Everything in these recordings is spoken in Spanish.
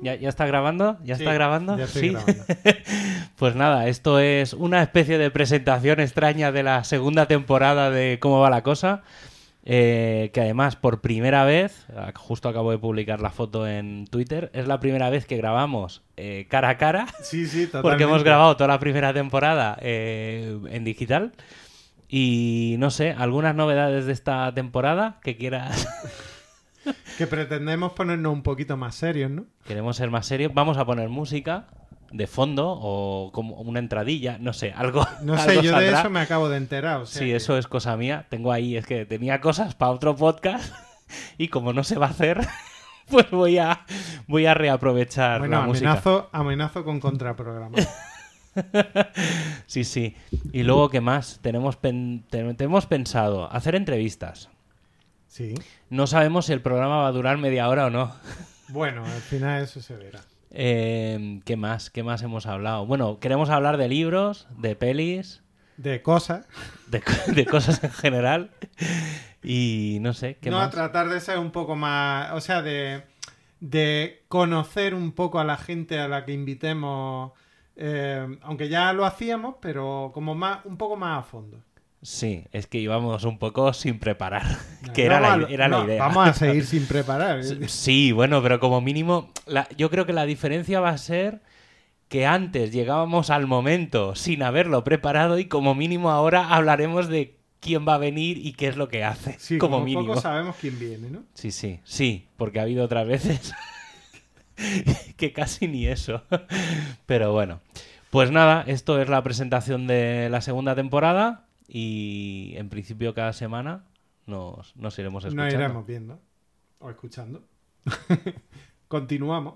¿Ya, ya está grabando? ¿Ya Sí, está grabando? ya estoy sí. grabando. pues nada, esto es una especie de presentación extraña de la segunda temporada de Cómo va la cosa. eh, que además, por primera vez, ah, justo acabo de publicar la foto en Twitter, es la primera vez que grabamos eh, cara a cara. Sí, sí, totalmente. Porque hemos grabado toda la primera temporada eh, en digital. Y no sé, algunas novedades de esta temporada que quieras. Que pretendemos ponernos un poquito más serios, ¿no? Queremos ser más serios. Vamos a poner música de fondo o como una entradilla, no sé, algo. No sé, algo yo de saldrá. eso me acabo de enterar. O sea Sí, que- eso es cosa mía. Tengo ahí, es que tenía cosas para otro podcast y como no se va a hacer, pues voy a, voy a reaprovechar Bueno, la música. amenazo, amenazo con contraprograma. Sí, sí. Y luego, ¿qué más? Tenemos, pen- ten- tenemos pensado hacer entrevistas. Sí. No sabemos si el programa va a durar media hora o no. Bueno, al final eso se verá. Eh, ¿Qué más? ¿Qué más hemos hablado? Bueno, queremos hablar de libros, de pelis, De cosas. de, co- de cosas en general. Y no sé, ¿qué No, más? tratar de ser un poco más. O sea, de, de conocer un poco a la gente a la que invitemos. eh, aunque ya lo hacíamos, pero como más, un poco más a fondo. Sí, es que íbamos un poco sin preparar, No, que era, vamos la, a- era la no, idea. Vamos a seguir sin preparar. Sí, bueno, pero como mínimo, la- yo creo que la diferencia va a ser que antes llegábamos al momento sin haberlo preparado y como mínimo ahora hablaremos de quién va a venir y qué es lo que hace. Sí, como, como, mínimo. poco sabemos quién viene, ¿no? Sí, sí, sí, porque ha habido otras veces que casi ni eso. Pero bueno, pues nada, esto es la presentación de la segunda temporada y en principio cada semana nos, nos iremos escuchando. Nos iremos viendo o escuchando. Continuamos.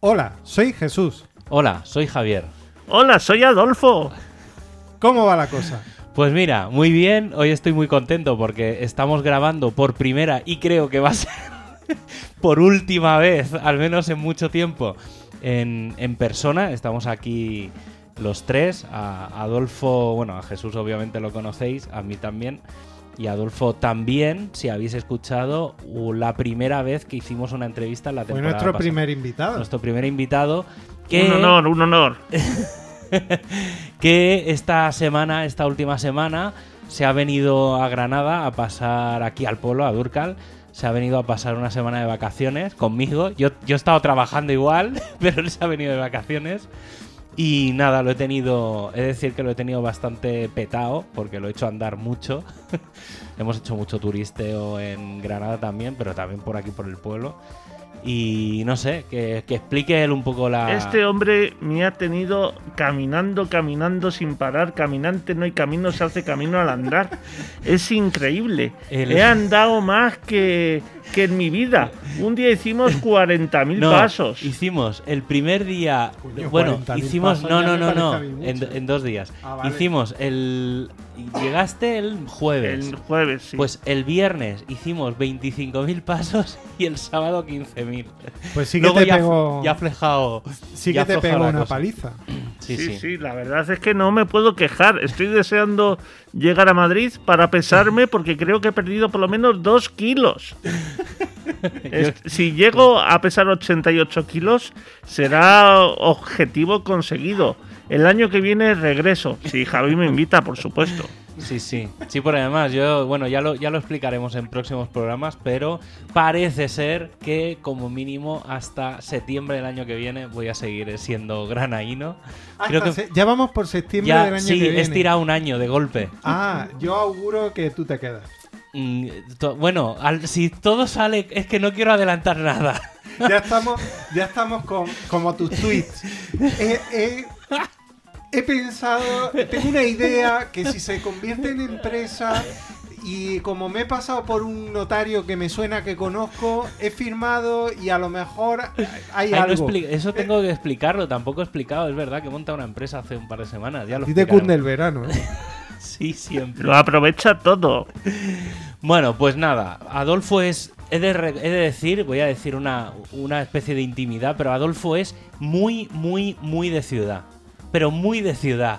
Hola, soy Jesús. Hola, soy Javier. Hola, soy Adolfo. ¿Cómo va la cosa? Pues mira, muy bien, hoy estoy muy contento porque estamos grabando por primera y creo que va a ser por última vez, al menos en mucho tiempo, en, en persona. Estamos aquí los tres, a Adolfo, bueno, a Jesús obviamente lo conocéis, a mí también, y a Adolfo también, si habéis escuchado uh, la primera vez que hicimos una entrevista en la Fue temporada nuestro pasada. primer invitado. Nuestro primer invitado. Que... Un honor, un honor. que esta semana, esta última semana, se ha venido a Granada a pasar aquí al pueblo, a Durcal. Se ha venido a pasar una semana de vacaciones conmigo. Yo, yo he estado trabajando igual, pero él se ha venido de vacaciones. Y nada, lo he tenido, he de decir que lo he tenido bastante petado, porque lo he hecho andar mucho. Hemos hecho mucho turisteo en Granada también, pero también por aquí, por el pueblo. Y no sé, que, que explique él un poco la... Este hombre me ha tenido caminando, caminando sin parar. Caminante no hay camino, se hace camino al andar. Es increíble. El- He andado más que, que en mi vida. Un día hicimos 40.000 No, pasos. Hicimos el primer día. Coño, bueno, 40.000 hicimos. pasos No, ya no, me no, no. parece a mí En, mucho. en dos días. Ah, vale. Hicimos el. Llegaste el jueves. El jueves, sí. Pues el viernes hicimos 25.000 pasos y el sábado 15.000. Pues sí que Luego te ya, pegó, ya ha flejado. sí ya que ha te aflojado pegó la una cosa. paliza. Sí, sí. la verdad es que no me puedo quejar. Estoy deseando llegar a Madrid para pesarme porque creo que he perdido por lo menos dos kilos. Es- si llego a pesar 88 kilos, será objetivo conseguido. El año que viene regreso, si Javi me invita, por supuesto. Sí, sí. Sí, por además, yo, bueno, ya lo, ya lo explicaremos en próximos programas, pero parece ser que como mínimo hasta septiembre del año que viene voy a seguir siendo granaíno. Creo Hasta que se- ya vamos por septiembre ya, del año sí, que viene. he estirado un año de golpe. Ah, yo auguro que tú te quedas. Mm, to- bueno, al- si todo sale, es que no quiero adelantar nada. Ya estamos, ya estamos con, como tus tweets. Eh, He, he- he pensado, tengo una idea que si se convierte en empresa Y como me he pasado por un notario que me suena que conozco, he firmado y a lo mejor hay Ay, no algo. Eh. expli- eso tengo que explicarlo, tampoco he explicado. Es verdad que monta una empresa hace un par de semanas. Ya lo A ti te explicaremos. cunde el verano. ¿eh? Sí, siempre. Lo aprovecha todo. Bueno, pues nada, Adolfo es. He de, re- he de decir, voy a decir una, una especie de intimidad, pero Adolfo es muy, muy, muy de ciudad. Pero muy de ciudad.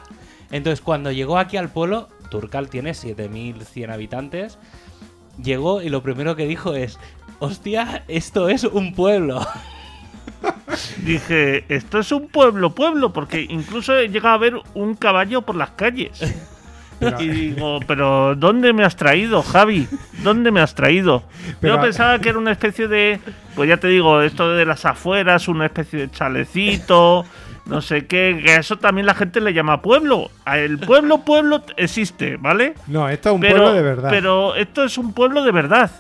Entonces, cuando llegó aquí al pueblo, Turcal tiene 7100 habitantes. Llegó y lo primero que dijo es: Hostia, esto es un pueblo. Dije, esto es un pueblo, pueblo, porque incluso he llegado a ver un caballo por las calles. Pero- Y digo, pero ¿dónde me has traído, Javi? ¿Dónde me has traído? Pero- Yo pensaba que era una especie de, pues ya te digo, esto de las afueras, una especie de chalecito, no sé qué, que eso también la gente le llama pueblo. A El pueblo, pueblo existe, ¿vale? No, esto es un pueblo de verdad. Pero esto es un pueblo de verdad.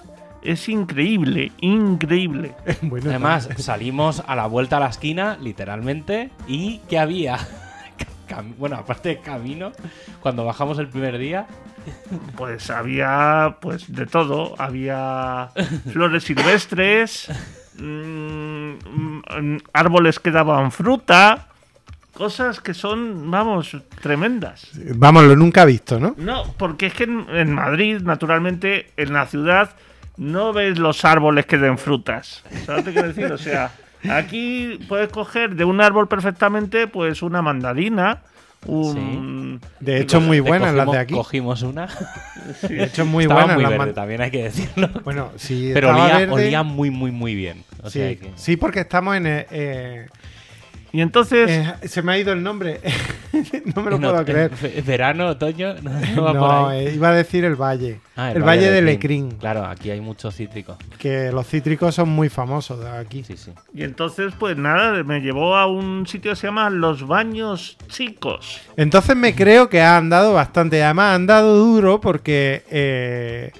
Es increíble, increíble. Bueno, Además, salimos a la vuelta a la esquina, literalmente, y ¿qué había? Cam- bueno, aparte de camino, cuando bajamos el primer día, Pues había pues de todo, había flores silvestres, mm, mm, árboles que daban fruta, cosas que son, vamos, tremendas. Vamos, lo nunca he visto, ¿no? No, porque es que en, en Madrid, naturalmente, en la ciudad, no ves los árboles que den frutas. ¿Sabes qué quiero decir? O sea, aquí puedes coger de un árbol perfectamente, pues una mandarina, un... De hecho, muy le buenas las cogimos- de aquí. Cogimos una. sí, De hecho, muy Estaba buenas muy las verde, man- también hay que decirlo. Bueno, sí, Pero estaba olía, verde. olía muy, muy, muy bien. O sí, sea que- sí, porque estamos en. eh, eh, Y entonces... eh, se me ha ido el nombre. no me lo en puedo ot- creer. en fe- verano, otoño, no, no va por No, ahí. eh, iba a decir el valle. Ah, el, valle, de Lecrín. Lecrín. Claro, aquí hay mucho cítrico. Que los cítricos son muy famosos de aquí. Sí, sí. Y entonces, pues nada, me llevó a un sitio que se llama Los Baños Chicos. Entonces me creo que ha andado bastante. Además, ha andado duro porque eh,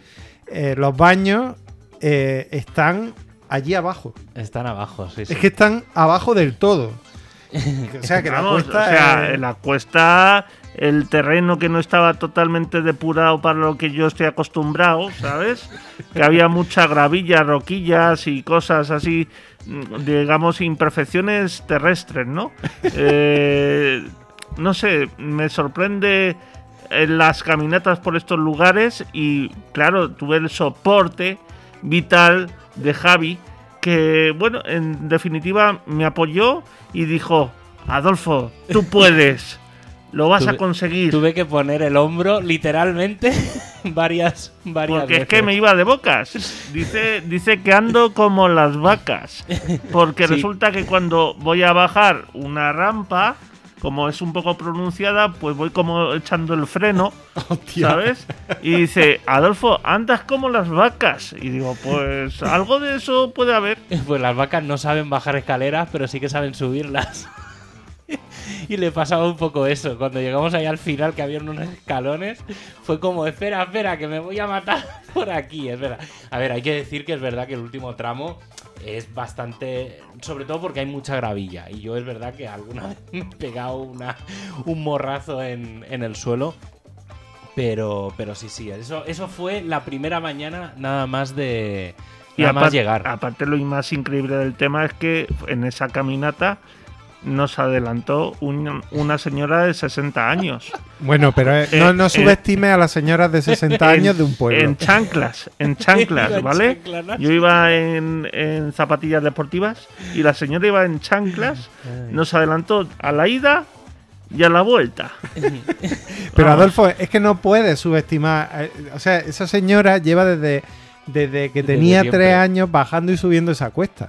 eh, los baños eh, están allí abajo. Están abajo, sí, sí. Es que están abajo del todo. O sea, que la Vamos, cuesta eh, o sea, es- la cuesta, el terreno que no estaba totalmente depurado para lo que yo estoy acostumbrado, ¿sabes? que había mucha gravilla, roquillas y cosas así, mm, digamos, imperfecciones terrestres, ¿no? Eh, no sé, me sorprende en las caminatas por estos lugares y claro, tuve el soporte vital de Javi que, bueno, en definitiva me apoyó y dijo, Adolfo, tú puedes, lo vas a Tuve- conseguir. Tuve que poner el hombro, literalmente, varias, varias Porque es veces. que me iba de bocas. Dice, dice que ando como las vacas. Porque Sí. resulta que cuando voy a bajar una rampa, como es un poco pronunciada, pues voy como echando el freno, Hostia. ¿sabes? Y dice, Adolfo, andas como las vacas. Y digo, pues algo de eso puede haber. Pues las vacas no saben bajar escaleras, pero sí que saben subirlas. y le pasaba un poco eso. Cuando llegamos ahí al final, que habían unos escalones, fue como, espera, espera, que me voy a matar por aquí. Es verdad. A ver, hay que decir que es verdad que el último tramo es bastante... Sobre todo porque hay mucha gravilla. Y yo es verdad que alguna vez me he pegado una, un morrazo en, en el suelo. Pero, pero sí, sí, eso, eso fue la primera mañana nada más de... Y nada más apar- llegar. aparte lo más increíble del tema es que en esa caminata nos adelantó un- una señora de 60 años. Bueno, pero eh, Eh, no, no eh. subestime a las señoras de 60 años En- de un pueblo. En chanclas, en chanclas, En ¿vale? chanclas. Yo iba en, en zapatillas deportivas y la señora iba en chanclas, nos adelantó a la ida y a la vuelta. Pero Ah. Vamos. Adolfo, es que no puedes subestimar. eh, O sea, esa señora lleva desde, desde que Desde tenía siempre. tres años bajando y subiendo esa cuesta.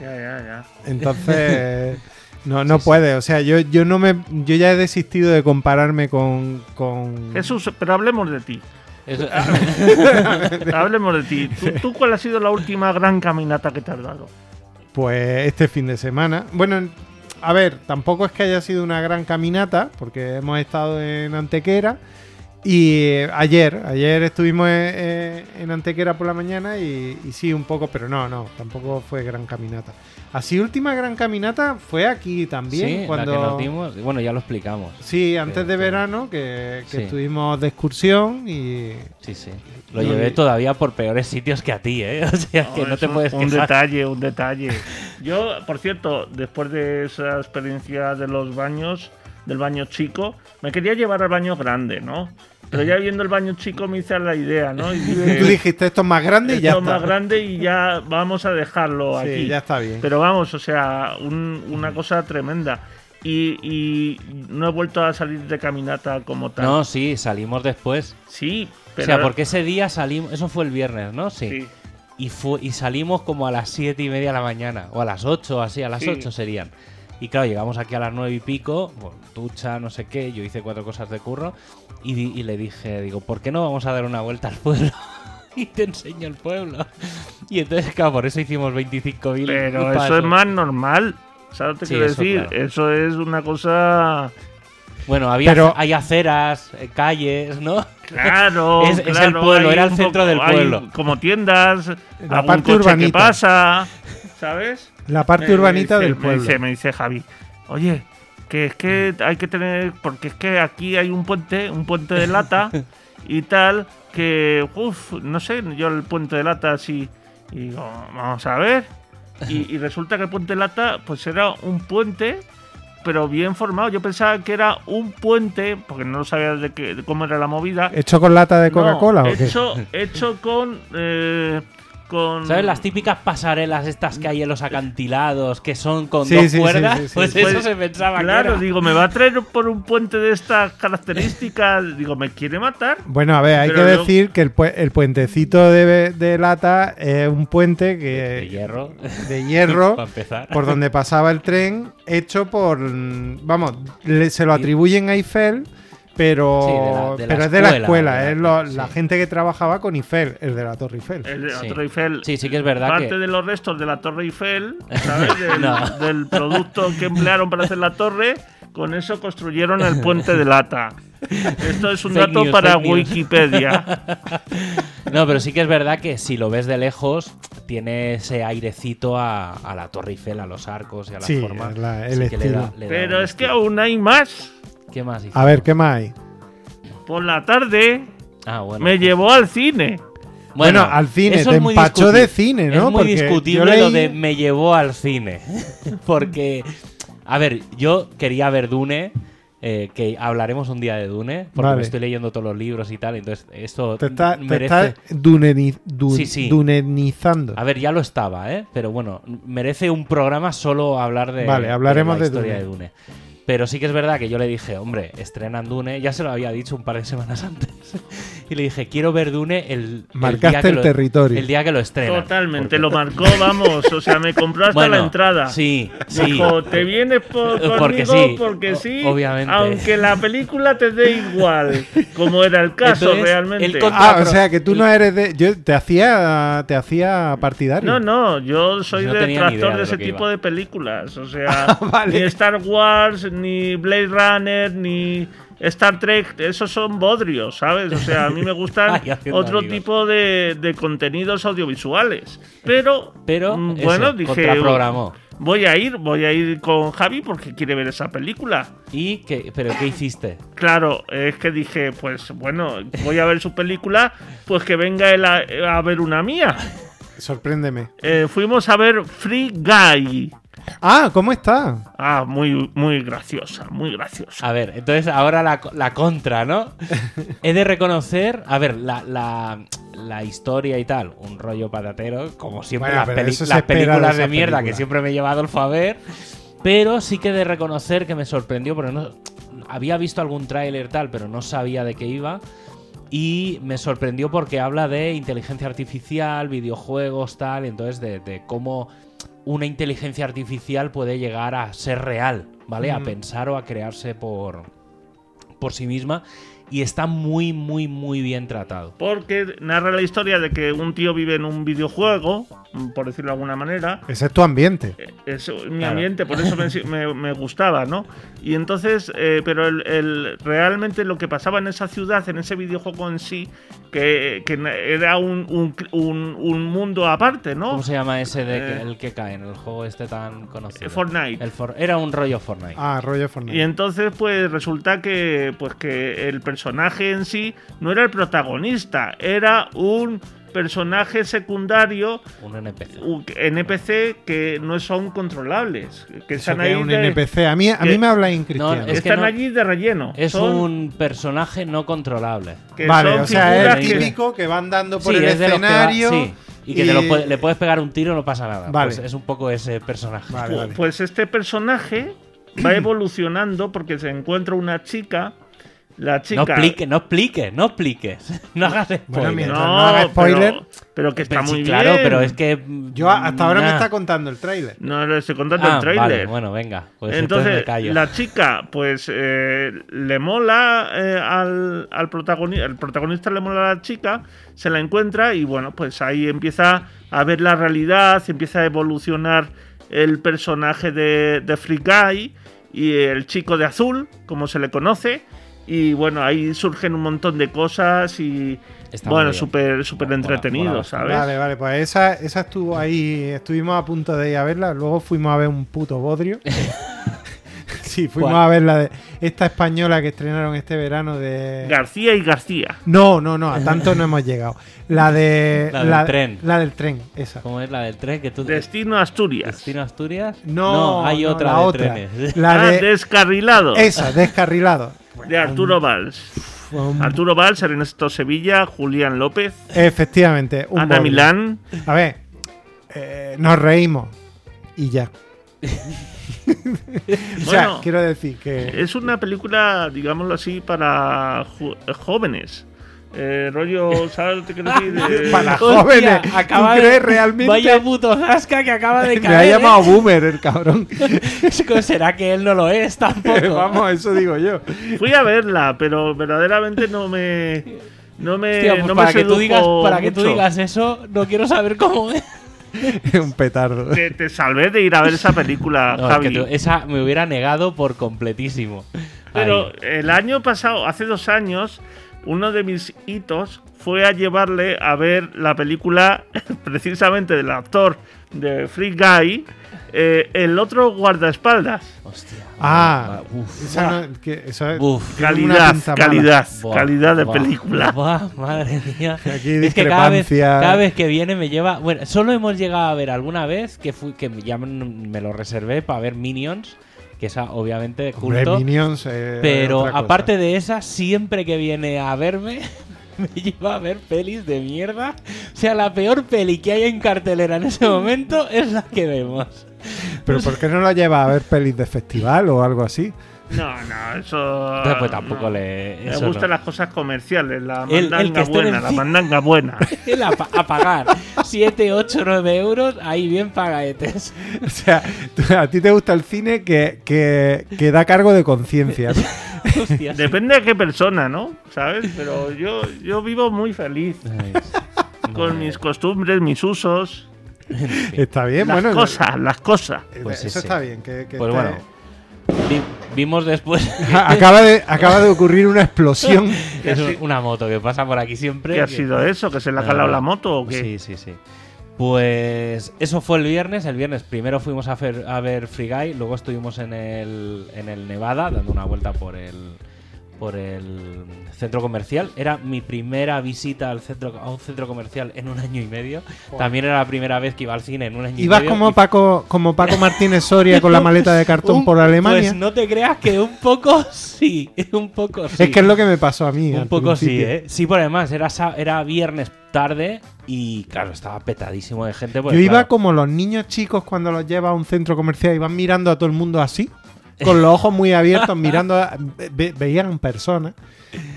Ya, ya, ya. Entonces, no, no puede. O sea, yo, yo no me. Yo ya he desistido de compararme con. con... Jesús, pero hablemos de ti. Eso- Ah, Hablemos de ti. ¿Tú, tú cuál ha sido la última gran caminata que te has dado? Pues este fin de semana. Bueno, a ver, tampoco es que haya sido una gran caminata, porque hemos estado en Antequera. Y eh, ayer, ayer estuvimos eh, en Antequera por la mañana y, y sí, un poco, pero no, no, tampoco fue gran caminata. Así última gran caminata fue aquí también, sí, cuando... la que nos dimos. Bueno, ya lo explicamos. Sí, antes Pero- de verano, que, que Sí. estuvimos de excursión y... Sí, sí. Lo Y- llevé todavía por peores sitios que a ti, ¿eh? O sea, que No, no te eso- puedes Un quejar. detalle, un detalle. Yo, por cierto, después de esa experiencia de los baños, del baño chico, me quería llevar al baño grande, ¿no? Pero ya viendo el baño chico me hice la idea, ¿no? Y dije, Tú dijiste, esto es más grande y ya "Esto es está. más grande y ya vamos a dejarlo Sí, aquí. ya está bien. Pero vamos, o sea, un- una cosa tremenda. Y, y no he vuelto a salir de caminata como tal. No, sí, salimos después. Sí, pero... o sea, porque ese día salimos. Eso fue el viernes, ¿no? Sí. Sí. Y, fu- y salimos como a las 7 y media de la mañana, o a las 8, así, a las Sí. 8 serían. Y claro, llegamos aquí a las 9 y pico, bueno, ducha, no sé qué, yo hice cuatro cosas de curro, y, di- y le dije, digo, ¿por qué no vamos a dar una vuelta al pueblo? y te enseño el pueblo. Y entonces, claro, por eso hicimos 25.000 Pero eso pasos. es más normal. ¿Sabes lo que Sí, quiero eso, decir? claro. Eso es una cosa. Bueno, había, Pero- hay aceras, eh, calles, ¿no? Claro. Es- es el claro, pueblo, hay era el un centro del hay pueblo. como tiendas, La algún parte coche que urbanita. pasa. ¿Sabes? La parte Me- urbanita me dice- del pueblo. Me dice, me dice Javi, oye, que es que hay que tener, porque es que aquí hay un puente, un puente de lata y tal, que, uff, no sé, yo el puente de lata así, y digo, vamos a ver. Y, y resulta que el puente de lata, pues era un puente, pero bien formado. Yo pensaba que era un puente, porque no sabía de, qué- de cómo era la movida. ¿Hecho con lata de No, Coca-Cola o qué? hecho, hecho con... eh, con ¿Sabes? Las típicas pasarelas estas que hay en los acantilados, que son con Sí, dos sí, sí, cuerdas, sí, sí. pues eso Pues, se pensaba que Claro, era. digo, me va a traer por un puente de estas características. Digo, me quiere matar. Bueno, a ver, hay Pero que no- decir que el, pue- el puentecito de, de lata es un puente De que hierro. de eh, hierro Para empezar. por donde pasaba el tren, hecho por. mm, Vamos, le- se lo atribuyen a Eiffel, pero, Sí, de la- de la pero es de la escuela, escuela, de la- es lo- la sí. gente que trabajaba con Eiffel, el de la Torre Eiffel. El de la Sí. Torre Eiffel. Sí, sí que es verdad Parte que- de los restos de la Torre Eiffel, ¿sabes? Del, No. del producto que emplearon para hacer la torre, con eso construyeron el puente de lata. Esto es un Fake dato news, para fake news. Wikipedia. No, pero sí que es verdad que si lo ves de lejos, tiene ese airecito a, a la Torre Eiffel, a los arcos y a las Sí, formas. la- el Sí que le da- estilo. Ah, le da Pero un es que estilo. aún hay más. ¿Qué más hizo? A ver, ¿qué más hay? Por la tarde Ah, bueno. me llevó al cine. Bueno, al cine, eso te es muy empachó de discutible. cine, ¿no? Es muy Porque discutible yo leí- lo de me llevó al cine. Porque, a ver, yo quería ver Dune, eh, que hablaremos un día de Dune, porque Vale. me estoy leyendo todos los libros y tal, entonces esto Te está, te merece... está duneni- dun- Sí, sí. dunenizando. A ver, ya lo estaba, ¿eh? Pero bueno, merece un programa solo hablar de, Vale, hablaremos la de historia Dune. de Dune. Pero sí que es verdad que yo le dije, hombre, estrenan Dune, ya se lo había dicho un par de semanas antes. y le dije, quiero ver Dune el, el Marcaste día que el lo- territorio. El día que lo estrenan. Totalmente, Porque- lo marcó, vamos. O sea, me compró hasta Bueno, la entrada. Sí, sí. Dijo, te vienes por, conmigo Porque porque sí, sí, o- obviamente. aunque la película te dé igual, como era el caso Entonces, realmente. el con- Ah, Ah, o pero- sea que tú no eres de. Yo te hacía, te hacía partidario. No, no, yo soy Yo no tenía ni idea detractor de de lo ese que tipo iba. Ah, de películas. O sea, vale. ni Star Wars, ni Blade Runner, ni Star Trek, esos son bodrios, ¿sabes? O sea, a mí me gustan Ay, haciendo otro amigos. tipo de, de contenidos audiovisuales. Pero, Pero, mm, ese, bueno, dije, contraprogramó. voy a ir, voy a ir con Javi porque quiere ver esa película. ¿Y qué, pero qué hiciste? Claro, es que dije, pues bueno, voy a ver su película, pues que venga él a, a ver una mía. Sorpréndeme. Eh, fuimos a ver Free Guy. Ah, ¿cómo está? Ah, muy, muy graciosa, muy graciosa. A ver, entonces ahora la, co- la contra, ¿no? He de reconocer, a ver, la, la- la historia y tal, un rollo patatero, como siempre Bueno, las, pero peli- eso se las espera de películas de, esa mierda película. que siempre me he llevado Adolfo a ver, pero sí que he de reconocer que me sorprendió, porque no, había visto algún tráiler tal, pero no sabía de qué iba. Y me sorprendió porque habla de inteligencia artificial, videojuegos, tal, y entonces de, de cómo una inteligencia artificial puede llegar a ser real, ¿vale? A Mm. pensar o a crearse por, por sí misma y está muy, muy, muy bien tratado. Porque narra la historia de que un tío vive en un videojuego, por decirlo de alguna manera. Ese es tu ambiente. Es mi Claro. ambiente, por eso me, me- me gustaba, ¿no? Y entonces, eh, pero el, el- realmente lo que pasaba en esa ciudad, en ese videojuego en sí, que, que era un, un- un- un mundo aparte, ¿no? ¿Cómo se llama ese de que- Eh. el que cae en el juego este tan conocido? Eh, Fortnite. El For- era un rollo Fortnite. Ah, Roger Y Fortnite. entonces, pues resulta que, pues, que el personaje en sí no era el protagonista, era un personaje secundario, Un NPC. un NPC que no son controlables, que Eso están que ahí es un de- NPC. A mí, a que- mí me habla en cristiano. es- que están no- allí de relleno. Es Son- un personaje no controlable. que Vale, son o sea, figuras es El que- típico que van dando por el es de los que va- escenario. sí, y que te lo puede- le puedes pegar un tiro, no pasa nada. Vale. Pues es un poco ese personaje. Vale, vale. Pues este personaje va evolucionando porque se encuentra una chica. La No chica. expliques, no expliques, no expliques. No hagas spoiler. Bueno, mira, No, Mientras no haga spoiler. pero, pero que está Sí, muy claro, bien. Eh, pero es que. Yo a- hasta ahora me nah. está contando el tráiler. No le estoy contando Ah, el trailer. vale, bueno, venga. Pues entonces, entonces, me callo. la chica, pues, eh, le mola eh, al, al protagonista, el protagonista le mola a la chica, se la encuentra y bueno, pues ahí empieza a ver la realidad, empieza a evolucionar el personaje de, de Free Guy y el chico de azul, como se le conoce, y bueno, ahí surgen un montón de cosas y Está muy bueno, bien. súper súper Mola, mola entretenido, bastante. ¿sabes? Vale, vale, pues esa, esa estuvo ahí, estuvimos a punto de ir a verla, luego fuimos a ver un puto bodrio. sí, fuimos ¿Cuál? a ver la de esta española que estrenaron este verano de... García y García. no, no, no, a tanto no hemos llegado. La de... La del tren. La del tren, esa. ¿Cómo es la del tren que tú Destino Asturias. Destino Asturias? No, hay no, otra la de otra. trenes. La Ah, de... descarrilado. Esa, descarrilado. De Arturo Valls. Fue un- Arturo Valls, Ernesto Sevilla, Julián López, Efectivamente, un Ana bodrio. Milán. A ver, eh, nos reímos y ya. o sea, Bueno. quiero decir que... Es una película, digámoslo así, para ju- jóvenes. Eh, rollo, ¿sabes lo que te quiero decir? Eh, Para Hostia, jóvenes, ¿tú crees realmente? Vaya puto zasca que acaba de Me ha caer. ¿eh? llamado boomer el cabrón. ¿Será que él no lo es tampoco? Vamos, eso digo yo. Fui a verla, pero verdaderamente no me. No me. Hostia, pues no me para, que tú sedujo digas, para que tú mucho. digas eso, no quiero saber cómo es. un petardo. Te, te salvé de ir a ver esa película, No, es Ah, Javi. que tú- esa me hubiera negado por completísimo. Pero Ahí. el año pasado, hace dos años, uno de mis hitos fue a llevarle a ver la película precisamente del actor de Free Guy, eh, el otro guardaespaldas. Hostia. madre, Ah, madre, uf, esa no- que- eso es- Uf. Tiene una Calidad, pinta mala. calidad, Buah, calidad de buah, película. buah, madre mía. Aquí es que cada vez, discrepancia. cada vez que viene me lleva. Bueno, solo hemos llegado a ver alguna vez que fui, que ya me- me lo reservé para ver Minions, que esa obviamente de Hombre, culto. Minions, eh, pero otra cosa. aparte de esa, siempre que viene a verme, me lleva a ver pelis de mierda. O sea, la peor peli que hay en cartelera en ese momento es la que vemos. ¿Pero por qué no la lleva a ver pelis de festival o algo así? No, no, eso. Entonces, pues tampoco no. le. Me eso no. gustan las cosas comerciales, la El- el mandanga que esté buena, en la el- mandanga buena. El apa- a pagar 7, 8, 9 euros, ahí bien pagaetes. O sea, tú- a ti te gusta el cine que, que, que da cargo de conciencia. ¿no? Hostia. Depende de qué persona, ¿no? ¿Sabes? Pero yo, yo vivo muy feliz con mis costumbres, mis usos, Está bien, las bueno. cosas, las cosas. eh, Pues sí, eso sí. está bien. Que, que Pues esté- bueno. Vi- vimos después Acaba de, acaba de ocurrir una explosión. Ah, Que es ha si- una moto que pasa por aquí siempre. ¿Qué ha que- sido eso? ¿Que se le ha No, calado no. la moto o qué? Sí, sí, sí. Pues eso fue el viernes. El viernes primero fuimos a, fer- a ver Free Guy, luego estuvimos en el, en el Nevada dando una vuelta por el, por el centro comercial. Era mi primera visita al centro, a un centro comercial en un año y medio. También era la primera vez que iba al cine en un año y Ibas medio. como y- Paco, como Paco Martínez Soria con la maleta de cartón un- por Alemania. Pues no te creas que un poco sí, un poco sí. Es que es lo que me pasó a mí. al Un poco sí, principio. ¿eh? Sí, por además, era, sa- era viernes tarde y, claro, estaba petadísimo de gente. Pues, Yo iba claro, como los niños chicos cuando los lleva a un centro comercial y van mirando a todo el mundo así, con los ojos muy abiertos, mirando, a, ve- veían personas.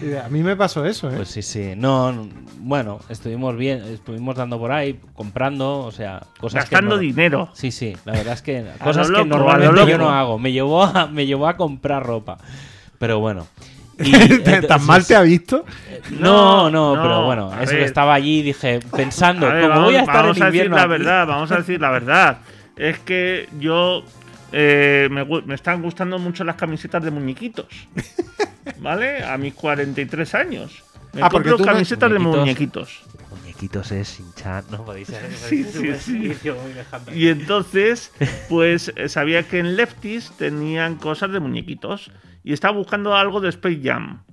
Y A mí me pasó eso, ¿eh? Pues sí, sí. No, no, bueno, estuvimos bien, estuvimos dando por ahí, comprando, o sea, cosas Gastando que... no- dinero. Sí, sí, la verdad es que cosas loco, que a lo normalmente yo loco. no hago. Me llevó a, me llevó a comprar ropa. Pero bueno. Y, ¿Tan entonces- mal te ha visto? No, no, No, pero bueno, a eso que ver. estaba allí dije, pensando, A ver, como voy a estar vamos en decir invierno. la aquí, verdad, vamos a decir la verdad. Es que yo eh, me, gu- me están gustando mucho las camisetas de muñequitos. ¿Vale? A mis 43 años. Me Ah, porque compro tú no- camisetas de Muñequitos. muñequitos. Muñequitos es sin chat, no podéis hacer Sí, sí, sí. Yo voy dejando ahí. Y entonces, pues eh, sabía que en Lefties tenían cosas de muñequitos. Y estaba buscando algo de Space Jam.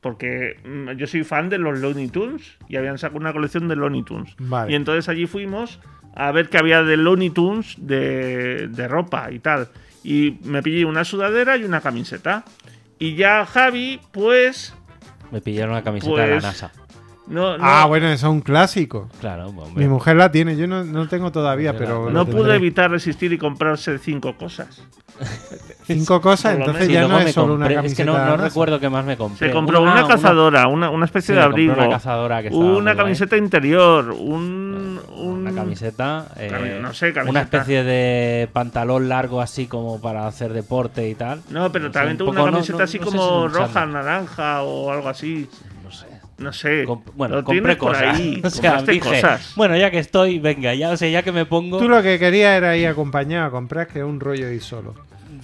Porque mm, yo soy fan de los Looney Tunes y habían sacado una colección de Looney Tunes. Vale. Y entonces allí fuimos a ver qué había de Looney Tunes de, de ropa y tal. Y me pillé una sudadera y una camiseta. Y ya Javi, pues. Me pillaron una camiseta de la Pues- NASA. No, no, Ah, bueno, eso es un clásico. Claro, hombre. Mi mujer la tiene, yo no, no tengo todavía, Yo pero. la- lo no tendré. pude evitar resistir y comprarse cinco cosas. Cinco cosas, Por lo entonces Sí, ya luego no me es solo una compré- camiseta. Es que no, no más. recuerdo qué más me compré. Se compró una, cazadora, una, una sí, especie me de compré abrigo. Una cazadora que estaba muy una guay. camiseta interior, un, Una un- camiseta, eh, Cami- no sé, una camiseta. especie de pantalón largo así como para hacer deporte y tal. No, pero sé, también un tuvo una poco- no- camiseta no- así no sé si era como un roja, chándal. naranja o algo así. No sé. No sé. Com- bueno, Lo compré tienes por cosas. ahí, O sea, compraste dije, cosas. Bueno, ya que estoy, venga, ya, o sea, ya que me pongo. Tú lo que querías era ir acompañado a comprar, que es un rollo y solo.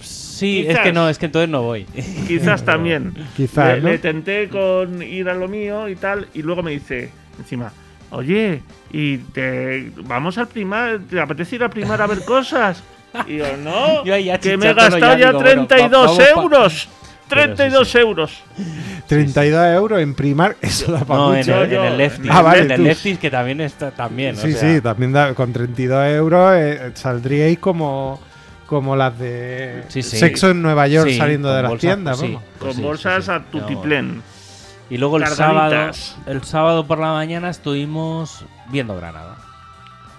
Sí, es Quizás. que no, es que entonces no voy. Quizás también. Quizás, le, ¿no? le tenté con ir a lo mío y tal, y luego me dice, encima, oye, y te vamos al primar, ¿te apetece ir al primar a ver cosas? Y yo, no, Yo ahí ya que me he chicharrón gastado ya ya, digo, bueno, va- 32 vamos pa- euros. 32 euros. 32 euros en primar, eso da para no, en mucho. el, yo- en el Lefty. Ah, vale, en el tú. Lefty que también está también. o Sí, sea, sí, también da- con 32 euros eh, saldríais como, como las de Sí, sí. Sexo en Nueva York sí, saliendo de con las bolsas, tiendas. pues sí, vamos. pues Con sí, sí, bolsas sí. a tutiplén. Y luego el sábado, Cargaditas. el sábado por la mañana estuvimos viendo Granada.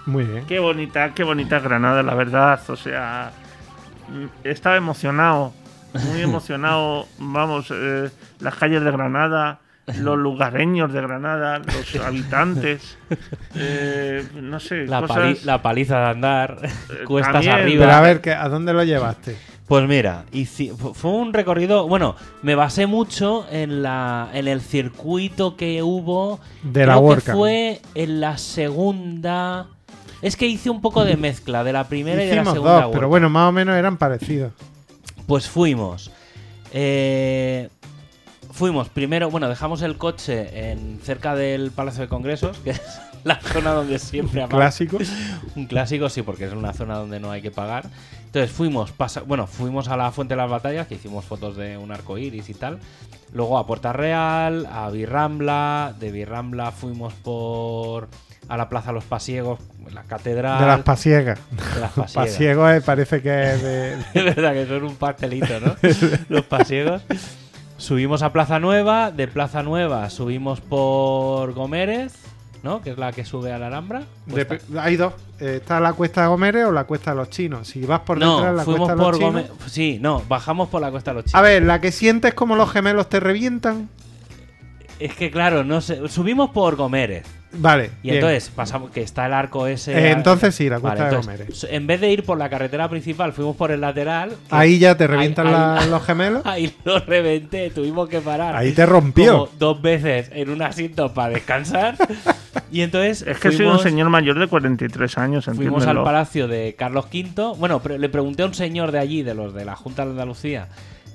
Muy bien. Qué bonita, qué bonita Granada, la verdad. O sea, mm, estaba emocionado, muy emocionado. Vamos, eh, las calles de Granada, los lugareños de Granada, los habitantes. eh, no sé, La, cosas- Eh, pali- la paliza de andar, cuestas también. arriba. Pero a ver, ¿qué- ¿a dónde lo llevaste? Pues mira, hici- fu- fue un recorrido. Bueno, me basé mucho en la en el circuito que hubo. De la Creo que WordCamp. fue en la segunda. Es que hice un poco de mezcla de la primera y de la Hicimos segunda. dos, pero WordCamp. bueno, más o menos eran parecidos. Pues fuimos. Eh, fuimos primero, bueno, dejamos el coche en cerca del Palacio de Congresos, que es la zona donde siempre aparece Clásicos. un clásico, sí, porque es una zona donde no hay que pagar. Entonces fuimos, pasa- bueno, fuimos a la Fuente de las Batallas, que hicimos fotos de un arco iris y tal. Luego a Puerta Real, a Birrambla, de Birrambla fuimos por a la Plaza Los Pasiegos, la catedral De las pasiegas. de Ah, las Pasiegas. Pasiegos eh, parece que es de. Es verdad que son un pastelito, ¿no? Los pasiegos. Subimos a Plaza Nueva, de Plaza Nueva subimos por Gomérez, ¿no? Que es la que sube a la Alhambra. Pues de- hay dos. Eh, está la cuesta de Gómez o la cuesta de los chinos. Si vas por no, detrás, la fuimos cuesta de los por chinos. Gómez. Sí, no, bajamos por la Cuesta de los Chicos. A ver, la que sientes como los gemelos te revientan. Es que claro, no sé, subimos por Gomérez. Vale. Y bien. entonces pasamos que está el arco ese. Eh, entonces sí, la Cuesta de entonces, En vez de ir por la carretera principal, fuimos por el lateral. que Ahí ya te ahí- revientan ahí- la- los gemelos. Ahí lo reventé, tuvimos que parar. Ahí te rompió. como dos veces en un asiento para descansar. y entonces Es que soy un fuimos, señor mayor de 43 años, fuimos al entiéndelo. palacio de Carlos V. Bueno, pre- le pregunté a un señor de allí, de los de la Junta de Andalucía,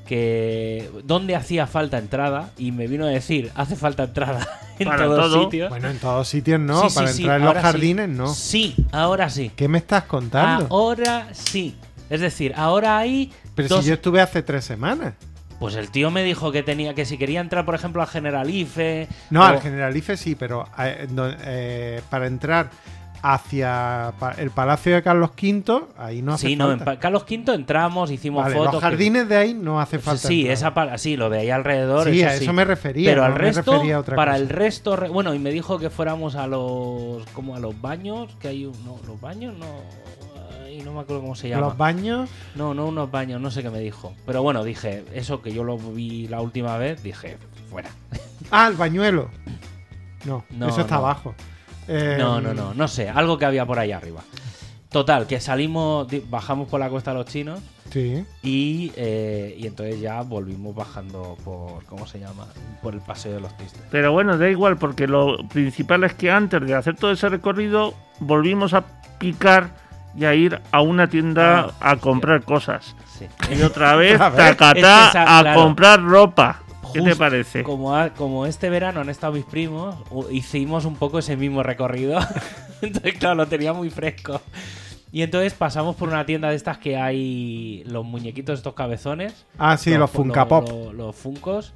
que dónde hacía falta entrada y me vino a decir, hace falta entrada en Para todos todo. sitios. Bueno, en todos sitios no. Sí, sí, para sí, entrar en los ahora sí. jardines no. Sí, Ah, oh, ahora sí. ¿Qué me estás contando? Ahora sí. Es decir, ahora hay Pero dos si yo estuve hace tres semanas. Pues el tío me dijo que tenía que si quería entrar, por ejemplo, al Generalife. No, o- al Generalife sí, pero eh, no- eh, para entrar hacia pa- el Palacio de Carlos V, ahí no hace sí, no, en falta. Pa- Carlos V entramos, hicimos Vale, fotos. los que- jardines de ahí no hace Sí, falta. Sí, entrar. esa pa- sí, lo de ahí alrededor. Sí, eso a sí. eso me refería. Pero no al me resto, refería a otra para cosa. el resto, re- bueno, y me dijo que fuéramos a los, como a los baños, que hay un- no, los baños, no, ay, no me acuerdo cómo se llama. Los baños. no, no unos baños, no sé qué me dijo. Pero bueno, dije, eso que yo lo vi la última vez, dije, fuera. Ah, el bañuelo. No, No, eso está no. abajo. Eh, No, no, no, no sé, algo que había por ahí arriba. Total, que salimos, di- bajamos por la costa de los chinos Sí. Y, eh, y entonces ya volvimos bajando por, ¿cómo se llama? Por el Paseo de los Tristes. Pero bueno, da igual, porque lo principal es que antes de hacer todo ese recorrido, volvimos a picar y a ir a una Ah, tienda a hostia. comprar cosas. Sí. Y otra vez, Otra vez. tacatá, Es que esa- a claro. comprar ropa. ¿Qué te Justo parece? Como, ha- como este verano han estado mis primos, u- hicimos un poco ese mismo recorrido. entonces, claro, lo tenía muy fresco. Y entonces pasamos por una tienda de estas que hay los muñequitos, estos cabezones. Ah, sí, los, Funka los- Pop. Los, los Funkos.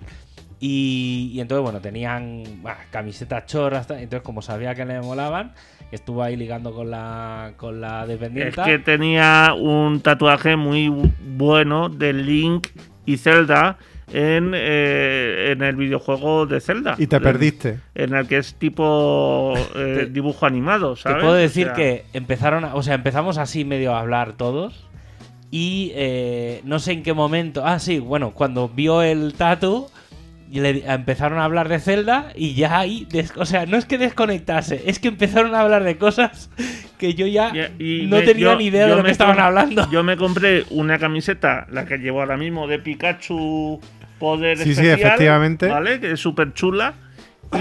Y, y entonces, bueno, tenían bah, camisetas chorras. tal. Entonces, como sabía que le molaban, estuvo ahí ligando con la, con la Es dependiente. que tenía un tatuaje muy bueno de Link y Zelda en, eh, en el videojuego de Zelda. Y te En- perdiste. En el que es tipo eh, Te- dibujo animado, Te ¿sabes? puedo O decir sea, que empezaron, a- o sea, empezamos así medio a hablar todos. Y eh, no sé en qué momento. Ah, sí, bueno, cuando vio el tatu, y le di- empezaron a hablar de Zelda y ya ahí. des- o sea, no es que desconectase, es que empezaron a hablar de cosas que yo ya y- y no me- tenía yo- ni idea de yo lo que me estaban com- hablando. Yo me compré una camiseta, la que llevo ahora mismo, de Pikachu Poder Sí, sí, especial, efectivamente. ¿Vale? Que es súper chula.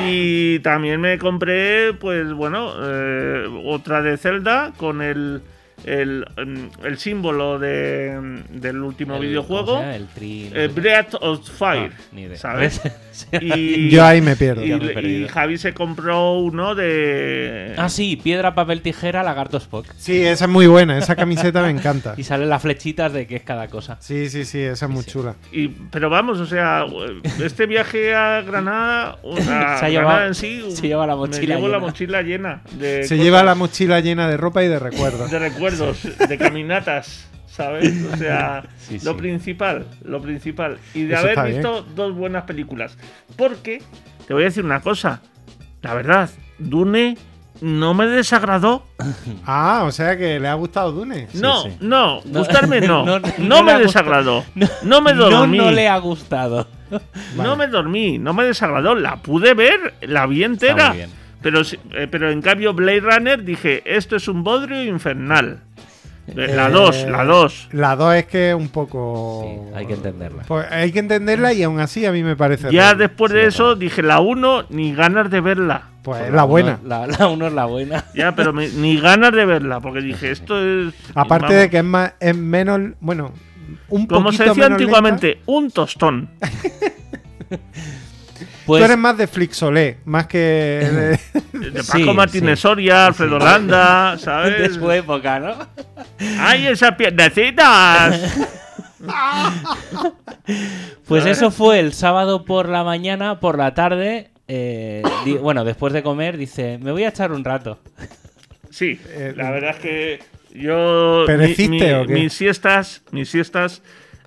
Y también me compré, pues bueno, eh, otra de Zelda con el, el, mm, el símbolo de, mm, del último El- videojuego. ¿cómo se llama? El tri- no eh, sé. Breath of Ah, Fire, ni idea. ¿sabes? Sí. Y, Yo ahí me pierdo. y, Ya me he perdido. y Javi se compró uno de... Ah, sí, piedra, papel, tijera, lagarto Spock. Sí, esa es muy buena, esa camiseta me encanta. Y salen las flechitas de qué es cada cosa. Sí, sí, sí, esa es muy Sí. chula. Y- pero vamos, o sea, este viaje a Granada, o sea, Se ha Granada llevado- en sí, se lleva la mochila me llevo llena. la mochila llena de, Se cosas, lleva la mochila llena de ropa y de recuerdos. de recuerdos, de caminatas, ¿sabes? O sea, Sí, lo sí. principal, lo principal. Y de Eso está haber visto dos buenas películas. Porque, te voy a decir una cosa, la verdad, Dune no me desagradó. Ah, o sea que le ha gustado Dune. no, sí. no, No, gustarme no. no, No, no, no me le ha desagradó. No me no, dormí. no le ha gustado. Vale. No me dormí, no me desagradó. La pude ver, la vi Está entera. muy bien. Pero, sí- eh, pero en cambio, Blade Runner dije: Esto es un bodrio infernal. Eh, La Eh, 2, la 2. La 2 es que es un poco... Sí, hay que entenderla. Pues hay que entenderla y aún así a mí me parece... Ya horrible. después de eso dije: La 1, ni ganas de verla. Pues la buena. Uno- la, la uno es la buena. Ya, pero me- ni ganas de verla, porque dije: Esto es. Aparte vamos, de que es más es menos, bueno, un poquito Como se decía menos antiguamente, lenta. un tostón. Pues Tú eres más de Flixolé, más que de- De Paco Sí, Martínez sí. Soria, Alfredo Landa, de ¿sabes? su época, ¿no? ¡Ay, esas piernecitas! Pues eso fue el sábado por la mañana, por la tarde. eh, di- bueno, después de comer, dice: Me voy a echar un rato. Sí, Eh, la verdad es que yo. ¿Pereciste o qué? Mis siestas, mis siestas.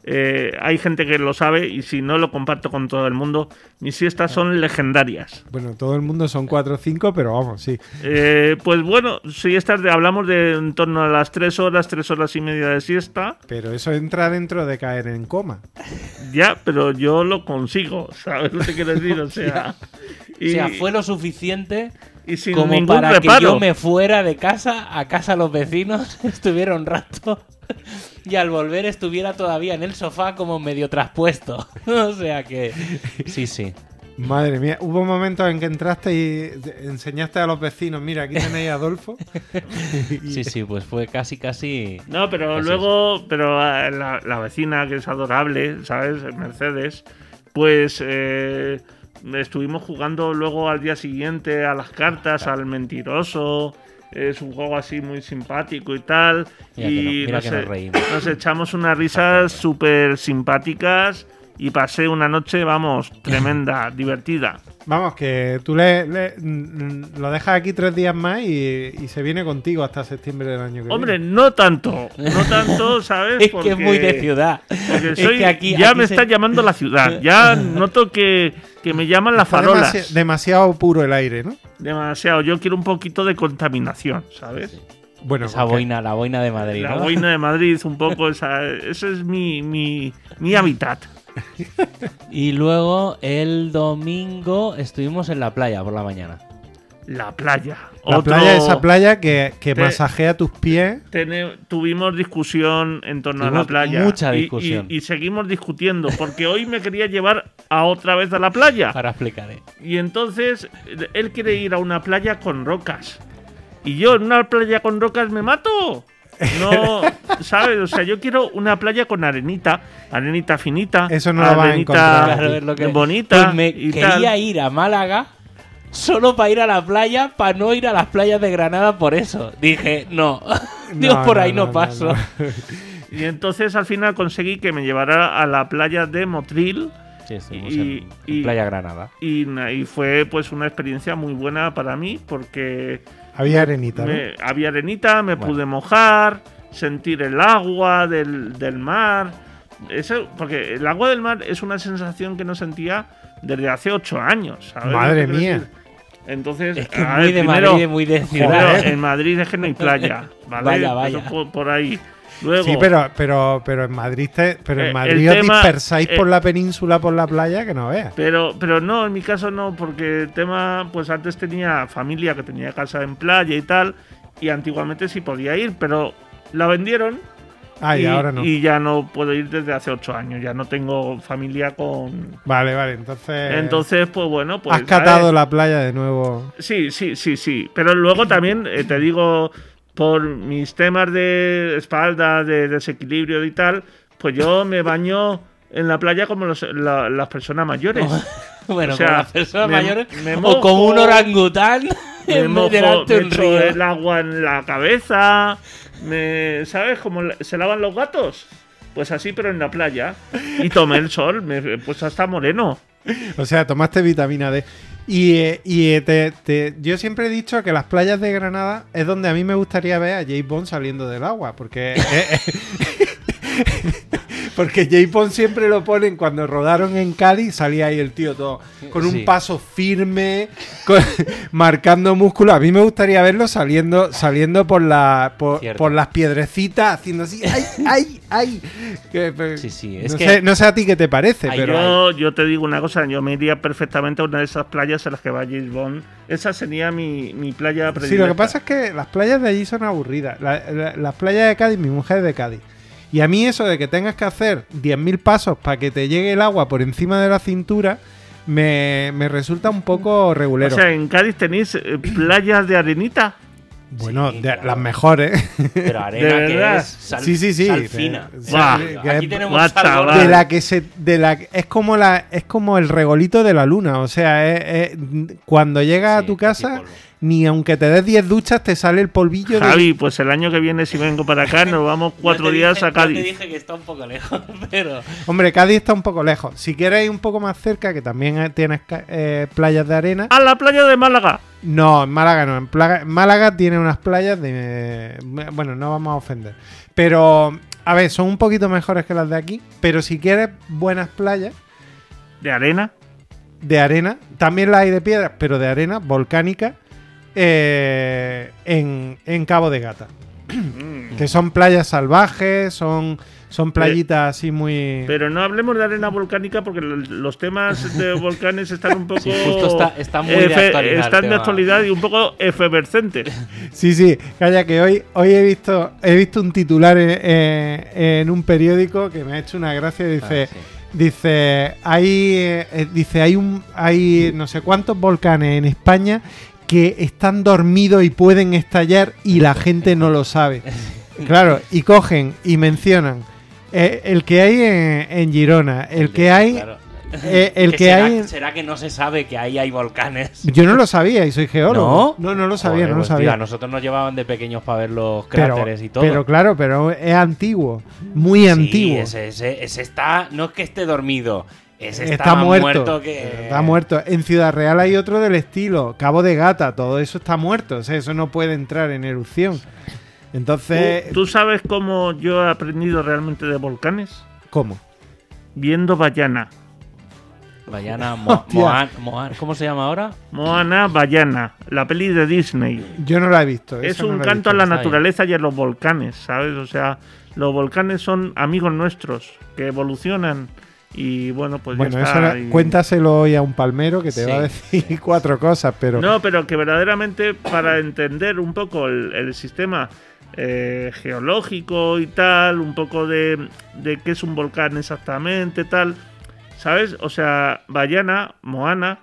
eh, hay gente que lo sabe y si no lo comparto con todo el mundo, mis siestas son legendarias. bueno, todo el mundo son 4 o 5, pero vamos, sí. Eh, pues bueno, siestas de, hablamos de en torno a las tres horas, tres horas y media de siesta, Pero eso entra dentro de caer en coma. ya, pero yo lo consigo, ¿sabes lo que quiero decir? O sea, y, o sea, fue lo suficiente y sin como ningún para que reparo. yo me fuera de casa, a casa los vecinos, estuviera un rato. Y al volver estuviera todavía en el sofá como medio traspuesto. O sea que. Sí, sí. Madre mía, hubo momentos en que entraste y te- enseñaste a los vecinos, mira, aquí tenéis a Adolfo. Sí, sí, pues fue casi, casi. No, pero Así es. luego, pero eh, la, la vecina que es adorable, ¿sabes? Mercedes, pues eh, estuvimos jugando luego al día siguiente a las cartas, al mentiroso. Es un juego así muy simpático y tal. Mira que no- y mira que nos reímos. nos echamos unas risas súper simpáticas y pasé una noche, vamos, tremenda, divertida. Vamos, que tú le, le- mm, mm, lo dejas aquí tres días más y, y se viene contigo hasta septiembre del año que Hombre, viene. no tanto, no tanto, ¿sabes? Es que es muy de ciudad. Porque Es soy- que aquí- ya aquí me se- está llamando la ciudad. Ya noto que, que me llaman las Está farolas. demasi- demasiado puro el aire, ¿no? Demasiado. Yo quiero un poquito de contaminación, ¿sabes? Bueno, Esa ok. boina, la boina de Madrid, La ¿no? boina de Madrid, un poco. Esa, ese es mi, mi, mi hábitat. Y luego el domingo estuvimos en la playa por la mañana. la playa. La Otro- playa, esa playa que, que Te- masajea tus pies. Tene- tuvimos discusión en torno a la Tuvimos playa. mucha Y- y- discusión. Y, seguimos discutiendo, porque hoy me quería llevar a otra vez a la playa. Ahora explicaré. Y entonces él quiere ir a una playa con rocas. Y yo en una playa con rocas me mato. No, ¿sabes? O sea, yo quiero una playa con arenita, arenita finita, Eso no lo vas a arenita encontrar. Claro, es lo que- bonita. Pues Ah, me y quería tal. ir a Málaga solo para ir a la playa, para no ir a las playas de Granada por eso. Dije, no, Dios, por ahí no, paso. Y entonces al final conseguí que me llevara a la playa de Motril. Sí, estuvimos Y- en- en y- Playa Granada. Y, na- y fue pues una experiencia muy buena para mí porque Había arenita, ¿no? me- había arenita, me Bueno. pude mojar, sentir el agua del, del mar. Eso, porque el agua del mar es una sensación que no sentía desde hace ocho años. ¿sabes lo Madre que quiero mía. decir? Entonces, Es que a muy ver, de primero- Madrid, muy de ciudad. ¿eh? primero, eh, en Madrid es que no hay playa. ¿vale? Vaya, vaya. Eso por, por ahí. Luego, Sí, pero, pero, pero en Madrid, te- pero Eh, el en Madrid os tema- dispersáis eh, por la península, por la playa, que no veas. Pero, pero no, en mi caso no, porque el tema, pues antes tenía familia que tenía casa en playa y tal, y antiguamente sí podía ir, pero la vendieron Ah, y, y, ahora no. y ya no puedo ir desde hace ocho años, ya no tengo familia con... Vale, vale, entonces. Entonces, pues bueno, pues... Eh. has catado ¿sabes? la playa de nuevo. Sí, sí, sí, sí, pero luego también, eh, te digo, por mis temas de espalda, de desequilibrio y tal, pues yo me baño en la playa como los- la- las personas mayores. Oh, Bueno, O sea, como las personas me- mayores me o como mojo, un orangután me en mojo, eh. delante me un echo río. el agua en la cabeza, me, ¿sabes? Como la- se lavan los gatos. Pues así, pero en la playa. Y tomé el sol, me he puesto hasta moreno. O sea, tomaste vitamina D. Y, eh, y, eh, te- te- yo siempre he dicho que las playas de Granada es donde a mí me gustaría ver a James Bond saliendo del agua, porque... eh, eh, porque James Bond siempre lo ponen cuando rodaron en Cali, salía ahí el tío todo con un Sí. paso firme, con- marcando músculo. A mí me gustaría verlo saliendo, saliendo por, la, por, Cierto. por las piedrecitas, haciendo así, ¡ay, ay, ay! Que, pues, Sí, sí, es no, que- sé, no sé a ti qué te parece, Ay, pero... yo, yo te digo una cosa, yo me iría perfectamente a una de esas playas a las que va James Bond. Esa sería mi, mi playa Sí, predilecta. lo que pasa es que las playas de allí son aburridas. La- la- las playas de Cádiz, mi mujer es de Cádiz. Y a mí eso de que tengas que hacer 10.000 pasos para que te llegue el agua por encima de la cintura, me, me resulta un poco O regulero. sea, en Cádiz tenéis eh, playas de arenita. bueno, Sí, de- claro. las mejores. Pero arena ¿De que verdad? es sal, Sí, sí, sí. sal fina. Sí, Sal sí, fina. que Aquí es- tenemos guau, sal chaval. dorada. de la que se de la es como la es como el regolito de la luna o sea es- es- cuando llegas Sí, a tu sí, casa polvo. ni aunque te des 10 duchas te sale el polvillo de- Javi, pues el año que viene si vengo para acá nos vamos Ya cuatro te días dije- a Cádiz. Ya te dije que está un poco lejos, pero... Hombre, Cádiz está un poco lejos. Si quieres ir un poco más cerca, que también eh, tienes ca- eh, playas de arena. A la playa de Málaga. No, en Málaga no. En, Plaga- en Málaga tiene unas playas de. Bueno, no vamos a ofender. Pero, a ver, son un poquito mejores que las de aquí. Pero si quieres buenas playas De arena. de arena, también las hay de piedras, pero de arena volcánica, eh, en, en Cabo de Gata. Que son playas salvajes, son, son playitas así muy. Pero no hablemos de arena volcánica porque l- los temas de volcanes están un poco. Sí, justo está- está muy de actualidad el Están de tema. actualidad y un poco efervescentes. Sí, sí, calla que hoy, hoy he visto he visto un titular en, eh, en un periódico que me ha hecho una gracia dice Ah, sí. dice hay eh, dice hay un hay no sé cuántos volcanes en España que están dormidos y pueden estallar y la gente no lo sabe. Claro, y cogen y mencionan eh, el que hay en, en Girona, el que hay Claro. eh, el que será, hay en- ¿Será que no se sabe que ahí hay volcanes? yo no lo sabía y soy geólogo. No, no, lo sabía, Joder, no lo pues, sabía. tío, a nosotros nos llevaban de pequeños para ver los cráteres y todo. pero claro, pero es antiguo, muy Sí, antiguo. Ese, ese- ese está. No es que esté dormido. Ese está, está, más muerto. que. Está muerto. En Ciudad Real hay otro del estilo, Cabo de Gata, todo eso está muerto, o sea, eso no puede entrar en erupción. Entonces, ¿Tú, tú sabes cómo yo he aprendido realmente de volcanes? ¿cómo? Viendo Bayana. Bayana, Mo- Hostia. Moan, Moan- ¿Cómo se llama ahora? Moana Bayana, la peli de Disney. Yo no la he visto. Es esa no un la he canto a visto. la está bien. naturaleza y a los volcanes, ¿sabes? O sea, los volcanes son amigos nuestros que evolucionan Y bueno, pues ya Bueno, eso está, era- y- cuéntaselo hoy a un palmero que te Sí, va a decir cuatro cosas, pero No, pero que verdaderamente para entender un poco el, el sistema eh, geológico y tal, un poco de, de qué es un volcán exactamente, tal, ¿sabes? O sea, Bayana, Moana,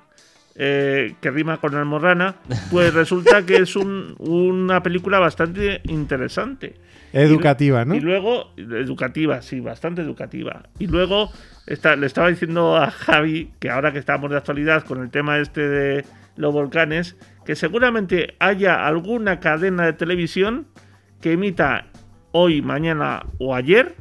eh, que rima con almorrana, pues resulta que es un- una película bastante interesante. educativa, ¿no? Y luego, educativa, sí, bastante educativa. Y luego, está, le estaba diciendo a Javi, que ahora que estamos de actualidad con el tema este de los volcanes, que seguramente haya alguna cadena de televisión que emita hoy, mañana o ayer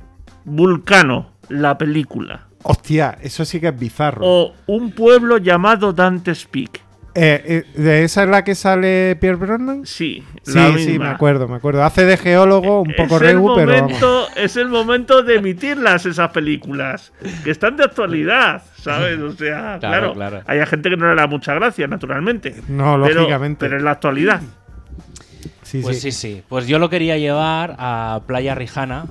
Vulcano, la película. Hostia, eso sí que es bizarro. O un pueblo llamado Dante's Peak. Eh, eh, ¿De esa es la que sale Pierre Brosnan? Sí, Sí, la sí, me misma. acuerdo, me acuerdo. Hace de geólogo un poco es el, regu, pero vamos. momento, es el momento de emitirlas esas películas, que están de actualidad, ¿sabes? O sea, Claro, claro, claro. hay gente que no le da mucha gracia, naturalmente. No, Pero- lógicamente. Pero en la actualidad. Sí, Pues sí. sí. sí, Pues yo lo quería llevar a Playa Rijana.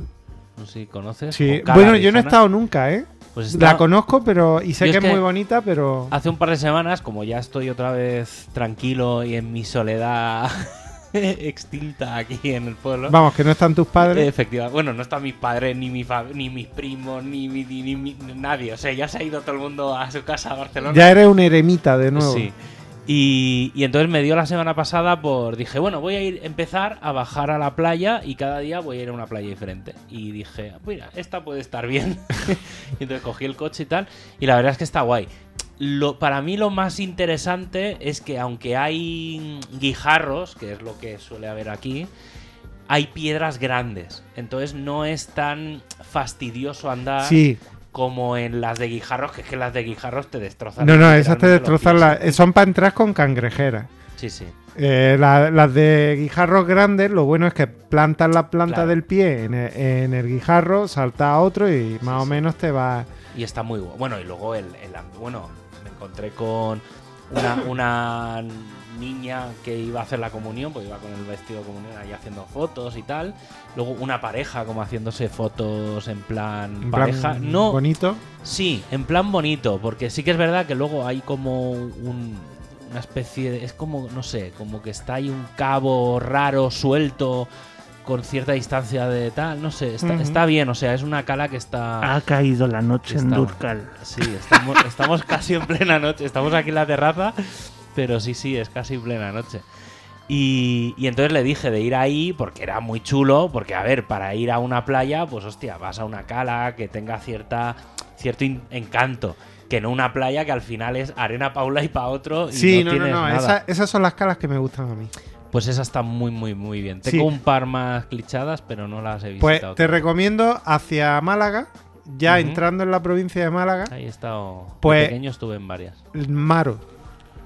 No sé si conoces. Sí. o Cala Bueno, yo no Rijana. he estado nunca, ¿eh? Pues está- La conozco, pero y sé Yo que es es que- Ah, muy bonita, pero Hace un par de semanas, como ya estoy otra vez tranquilo y en mi soledad extinta aquí en el pueblo. vamos, que no están tus padres. Efectivamente. Bueno, no están mis padres, ni, mi fa- ni mis primos, ni, mi- ni- ni mi- nadie. O sea, ya se ha ido todo el mundo a su casa a Barcelona. ya eres un eremita de nuevo. Eh, Sí. Y, y entonces me dio la semana pasada por. Dije, bueno, voy a ir empezar a bajar a la playa y cada día voy a ir a una playa diferente. Y dije, mira, esta puede estar bien. y entonces cogí el coche y tal. Y la verdad es que está guay. Lo, para mí lo más interesante es que, aunque hay mm, guijarros, que es lo que suele haber aquí, hay piedras grandes. Entonces no es tan fastidioso andar Sí. como en las de guijarros, que es que las de guijarros te destrozan. No, no, esas te literalmente los destrozan pies. la... eh, Son para entrar con cangrejera. Sí, sí. Eh, la- las de guijarros grandes, lo bueno es que plantas la planta Claro. del pie en el, en el guijarro, salta a otro y más o sí. menos te va. Y está muy guay. Bueno, y luego el, el am- bueno, me encontré con una, una niña que iba a hacer la comunión, pues iba con el vestido de comunión ahí haciendo fotos y tal. Luego una pareja como haciéndose fotos en plan en plan pareja. no, Bonito. sí, en plan bonito, porque sí que es verdad que luego hay como un- una especie de es como no sé, como que está ahí un cabo raro suelto con cierta distancia de tal, no sé, está, Ujú. Ah, está bien, o sea, es una cala que está Ha caído la noche en Ah. Está bueno. Durcal. Sí, estamos, estamos casi en plena noche. Estamos aquí en la terraza, pero sí, sí, es casi plena noche. Y, y entonces le dije de ir ahí porque era muy chulo, porque a ver, para ir a una playa, pues hostia, vas a una cala que tenga cierta cierto in- encanto, que no una playa que al final es arena paula y pa' otro y Sí, no, no, no, tienes no. nada. esa- esas son las calas que me gustan a mí. Pues esa está muy, muy, muy bien. Sí. Tengo un par más clichadas, pero no las he Pues visitado. te todavía. recomiendo hacia Málaga, ya Ujú. entrando en la provincia de Málaga, Ahí he estado. de Pues- pequeño estuve en varias. el Maro,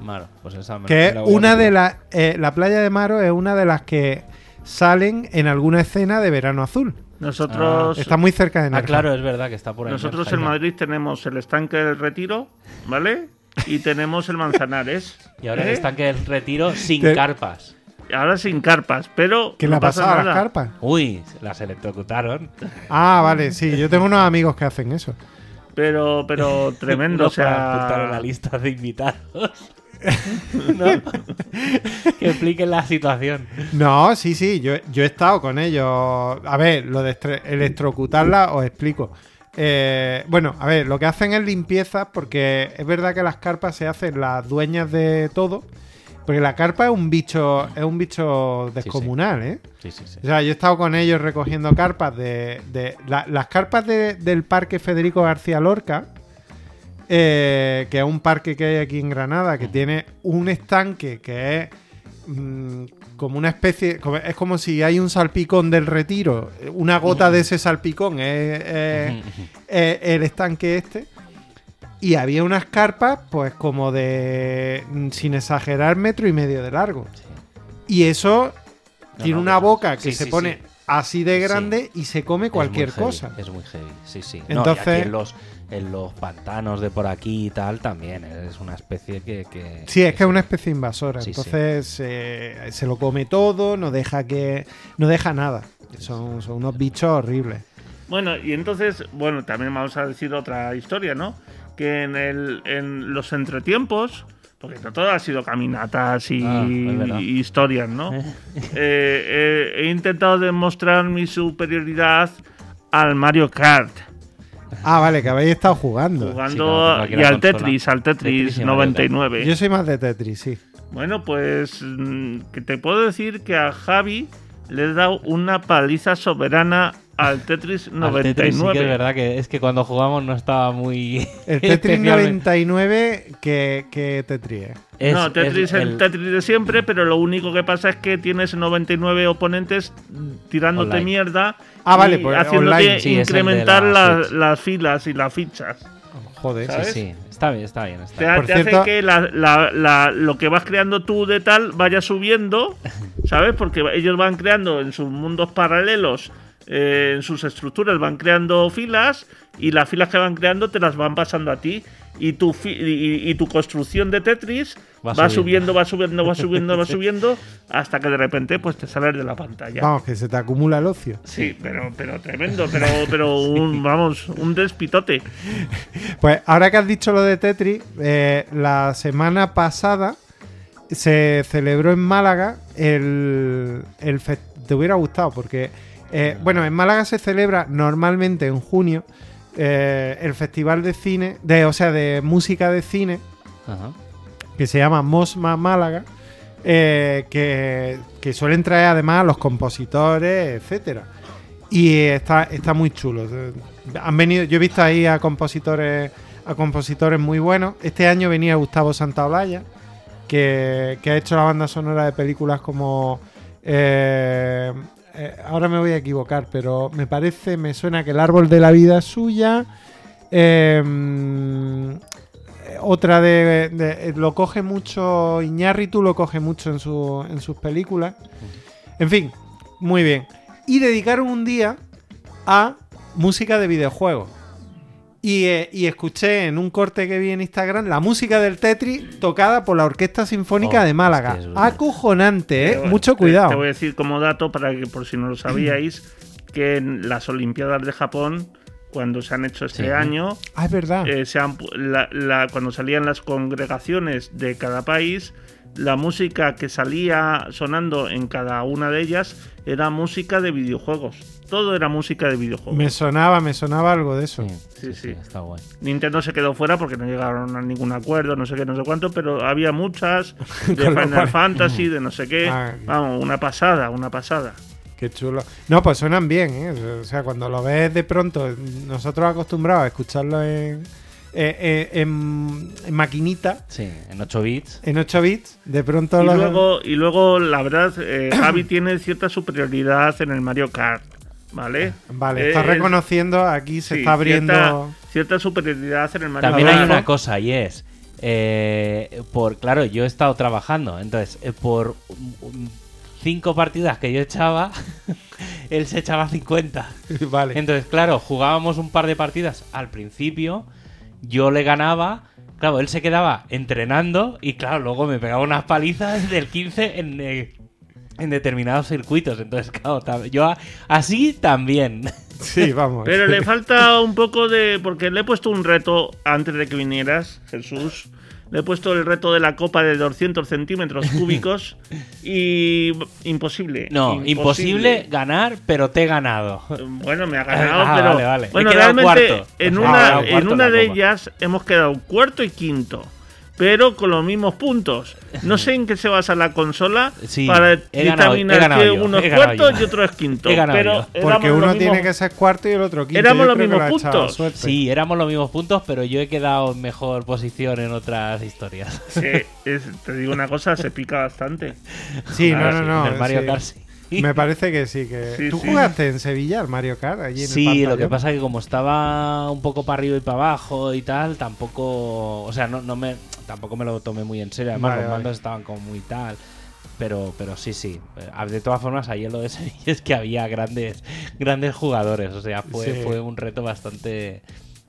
Maro, pues esa me que me es la voy a una de apuntar. las... eh, la playa de Maro es una de las que salen en alguna escena de Verano Azul. Nosotros, Está muy cerca de Ah, Nerja. claro, es verdad que está por ahí. nosotros Nerja, en ya. Madrid tenemos el estanque del retiro, ¿vale? Y tenemos el Manzanares. Y ahora ¿eh? están que el retiro sin Te- carpas. Ahora sin carpas, pero. ¿Qué no le ha pasa pasado a las nada. carpas? Uy, se las electrocutaron. Ah, vale, sí, yo tengo unos amigos que hacen eso. Pero, pero tremendo, Uno o sea. para apuntar a la lista de invitados. ¿No? que expliquen la situación. No, sí, sí, yo, yo he estado con ellos. A ver, lo de estre- electrocutarla os explico. Eh, bueno, a ver, lo que hacen es limpieza porque es verdad que las carpas se hacen las dueñas de todo. Porque la carpa es un bicho, es un bicho descomunal, ¿eh? Sí, sí, sí. O sea, yo he estado con ellos recogiendo carpas de. de- la- las carpas de- del parque Federico García Lorca, eh, que es un parque que hay aquí en Granada, que tiene un estanque que es mm, como una especie. como- es como si hay un salpicón del retiro. Una gota de ese salpicón es, es- es el estanque este. Y había unas carpas, pues como de. mm, sin exagerar, metro y medio de largo. Y eso No, tiene no, una no. boca que Sí, se sí, pone sí. así de grande y se come Es cualquier muy heavy, cosa. Es muy heavy, sí, sí. Entonces, Entonces- en, los, en los pantanos de por aquí y tal también. eh, Es una especie que. que Sí, es que es una especie invasora. Sí, sí. Entonces eh, se lo come todo, no deja que. no deja nada. Son, son unos bichos horribles. Bueno, y entonces, bueno, también vamos a decir otra historia, ¿no? Que en, el, en los entretiempos, porque no todo ha sido caminatas y, Ah, es verdad. y historias, ¿no? Eh, eh, he intentado demostrar mi superioridad al Mario Kart, Ah, vale, que habéis estado jugando. claro, jugando aquí y la al consola. Tetris, al Tetris Tetris y Mario Kart. Yo 99. soy más de Tetris, sí. Bueno, pues mm, que te puedo decir que a Javi le he dado una paliza soberana al Tetris Al 99. Tetris sí que es verdad que es que cuando jugamos no estaba muy. El Tetris especialmente- 99, que, que Tetris eh. es? Es- no, Tetris es es el, Tetris de siempre, pero lo único que pasa es que tienes 99 oponentes tirándote Online. mierda. Ah, vale, y pues haciéndote online. Sí, es el de incrementar la las- Switch. las filas y las fichas. Joder. Sí, ¿sabes? sí, está bien, está bien. Está Te, bien. Por te hace cierto- que la- la- la- lo que vas creando tú de tal vaya subiendo, ¿sabes? Porque ellos van creando en sus mundos paralelos, eh, en sus estructuras, van creando filas y las filas que van creando te las van pasando a ti. Y tu, fi- y, y tu construcción de Tetris Va va, subiendo. subiendo. va subiendo, va subiendo, va subiendo, hasta que de repente pues te sales de la pantalla. Vamos, que se te acumula el ocio. Sí, pero, pero tremendo, pero, pero un, vamos, un despitote. Pues ahora que has dicho lo de Tetris, eh, la semana pasada se celebró en Málaga el, el fes- Te hubiera gustado porque, eh, bueno, en Málaga se celebra normalmente en junio eh, el festival de cine, de, o sea, de música de cine, Ajá. que se llama Mosma Málaga, eh, que, que suelen traer además a los compositores, etcétera. Y eh, está, está muy chulo. Eh, Han venido, yo he visto ahí a compositores, a compositores muy buenos. Este año venía Gustavo Santaolalla, que, que ha hecho la banda sonora de películas como. eh, eh, ahora me voy a equivocar, pero me parece, me suena que el árbol de la vida es suya. Em, eh, otra de, de- eh, lo coge mucho Iñárritu, lo coge mucho en, su- en sus películas. En fin, muy bien. Y dedicaron un día a música de videojuegos. Y, eh, y escuché en un corte que vi en Instagram la música del Tetris tocada por la Orquesta Sinfónica Oh, de Málaga. Ah, es que es brutal. Acojonante, ¿eh? Pero, Mucho te- Te cuidado. voy a decir como dato para que por si no lo sabíais, que en las Olimpiadas de Japón, cuando se han hecho este Sí. año, Ah, es verdad. eh, se han pu- la- la- cuando salían las congregaciones de cada país, la música que salía sonando en cada una de ellas era música de videojuegos. Todo era música de videojuegos. Me sonaba, me sonaba algo de eso. Sí, sí, sí. sí, está guay. Nintendo se quedó fuera porque no llegaron a ningún acuerdo, no sé qué, no sé cuánto, pero había muchas de Con lo Final cual- Fantasy, de no sé qué. Ah. Vamos, una pasada, una pasada. Qué chulo. No, pues suenan bien, ¿eh? O sea, cuando lo ves de pronto, nosotros acostumbrados a escucharlo en, eh, eh, en, en maquinita, Sí, en 8 bits. en 8 bits, de pronto Y lo luego, y luego, la verdad, eh, Javi tiene cierta superioridad en el Mario Kart, ¿vale? Vale, Eh, está es- reconociendo, aquí se sí, está abriendo... Cierta, cierta superioridad en el Mario También hay Kart. una cosa y es, eh, por claro, yo he estado trabajando, entonces eh, por un- un- cinco partidas que yo echaba, él se echaba 50. vale. Entonces, claro, jugábamos un par de partidas al principio, yo le ganaba, claro, él se quedaba entrenando y claro, luego me pegaba unas palizas del 15 en, eh, en determinados circuitos. Entonces, claro, tam- yo a- así también. Sí, vamos. Pero le falta un poco de. Porque le he puesto un reto antes de que vinieras, Jesús. Le he puesto el reto de la copa de 200 centímetros cúbicos y. imposible. No, imposible, ganar, pero te he ganado. Bueno, me ha ganado, Ah, pero. vale, vale. Bueno, He quedado realmente, cuarto. en He una, quedado cuarto en en una la de copa. ellas hemos quedado cuarto y quinto. Pero con los mismos puntos. No sé en qué se basa la consola Sí, para he ganado- he determinar ganado que yo, uno he es ganado cuarto yo. y otro es quinto. He ganado yo. Pero éramos Porque los uno tiene mismos- que ser cuarto y el otro quinto. Éramos Yo los creo que mismos lo ha echado puntos. suerte. Sí, éramos los mismos puntos, pero yo he quedado en mejor posición en otras historias. Sí, es- te digo una cosa, se pica bastante. Sí, no, Ahora no, sí, no. en el Mario sí. Kart sí. Me parece que sí. que Sí, Tú sí. jugaste en Sevilla al Mario Kart, allí en el Sí, lo que pantallón? pasa es que como estaba un poco para arriba y para abajo y tal, tampoco, o sea, no, no me, tampoco me lo tomé muy en serio. Además, Vale, los vale. mandos estaban como muy tal. Pero, pero sí, sí. Eh, De todas formas, ayer lo de Sevilla es que había grandes, grandes jugadores. O sea, fue, Sí. fue un reto bastante,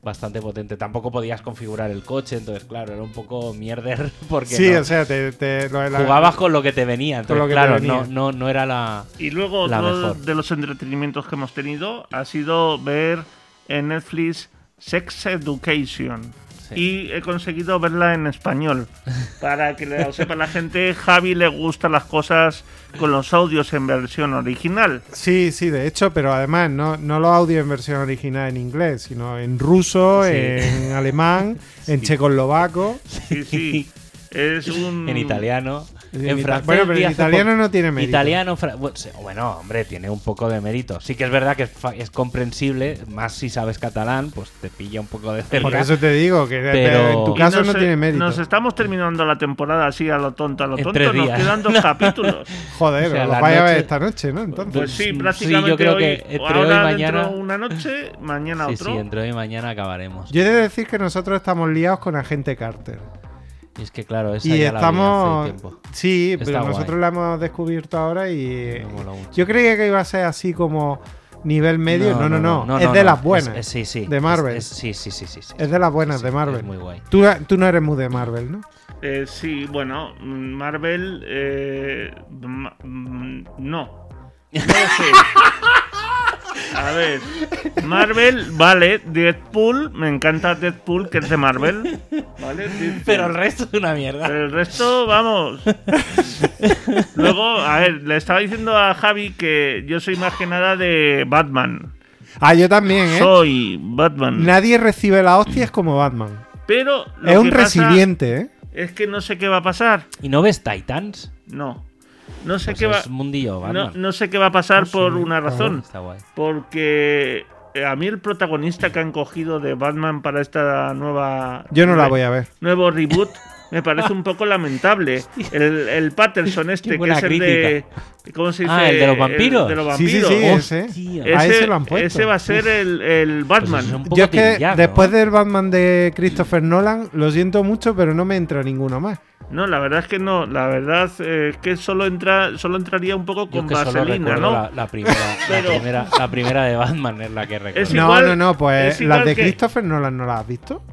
bastante potente. Tampoco podías configurar el coche, entonces, claro, era un poco mierder porque Sí, no- o sea, te, te- lo de la- jugabas con lo que te venía. Con Entonces, lo que claro, te no, venía. no, no era la. Y luego La otro mejor. de los entretenimientos que hemos tenido ha sido ver en Netflix Sex Education. Y he conseguido verla en español. Para que lo sepa la gente, Javi le gustan las cosas con los audios en versión original. Sí, sí, de hecho, pero además no, no los audios en versión original en inglés, sino en ruso, Sí. en alemán, en checoslovaco. Sí, sí. Es un. En italiano. Mm. En En, ita- francés. bueno, pero vi en hace italiano poco- no tiene mérito. Italiano, fra- bueno, sí, bueno, hombre, tiene un poco de mérito. Sí que es verdad que es, fa- es comprensible, más si sabes catalán, pues te pilla un poco de cerca. Por eso te digo que eh, Pero- en tu Y caso nos- e- no tiene mérito. Nos estamos terminando la temporada así a lo tonto, a lo En tonto. tres Nos días. quedan dos capítulos. Joder, o sea, lo la vais a ver noche- esta noche, ¿no? Entonces. Pues sí, Sí, prácticamente yo creo hoy, que entre ahora hoy y dentro mañana- una noche, mañana sí, otro. sí, dentro de mañana acabaremos. Yo he de decir que nosotros estamos liados con Agente Carter. Y es que claro, esa y ya la vi estamos. hace tiempo. Sí, pero Está guay. nosotros la hemos descubierto ahora y. Me mola mucho. Yo creía que iba a ser así como nivel medio. No, no, no. es no, de no, las buenas. es- sí, sí. De Marvel. Es, es- sí, sí, sí, sí, sí. Es de las buenas de Sí, Marvel. es muy guay. Tú, tú no eres muy de Marvel, ¿no? Eh, sí, bueno, mm, Marvel. eh, ma- mm, no. No sé. A ver, Marvel, vale, Deadpool, me encanta Deadpool, que es de Marvel, ¿vale? Deadpool. Pero el resto es una mierda. Pero el resto, vamos. Luego, a ver, le estaba diciendo a Javi que yo soy más que nada de Batman. Ah, yo también, ¿eh? Soy Batman. Nadie recibe la hostia es como Batman. Pero lo es un que pasa resiliente, ¿eh? Es que no sé qué va a pasar. ¿Y no ves Titans? No. No sé Pues qué va. es mundillo, No, Batman. no sé qué va a pasar por una está razón. Está guay. Pues Porque eh, a mí el protagonista que han cogido de Batman para esta nueva. Yo no la voy a ver. Nuevo reboot. Me parece un poco lamentable. El, el Patterson este, que buena es el de. ¿Cómo se dice? Ah, ¿el de los vampiros? de los Sí, sí, vampiros. sí, Hostia. ese. Ese- A ese lo han puesto. ese va a ser el, el Batman. Pues es un poco Yo es que tirillado, después ¿no? del Batman de Christopher Nolan, lo siento mucho, pero no me entra ninguno más. No, la verdad es que no. La verdad eh, es que solo entra, solo entraría un poco Yo con que solo vaselina, recuerdo ¿no? la, la primera, Pero- la, primera, la primera de Batman es la que recuerdo. Es No, igual- no, no, pues es igual las de que- Christopher Nolan no las has visto.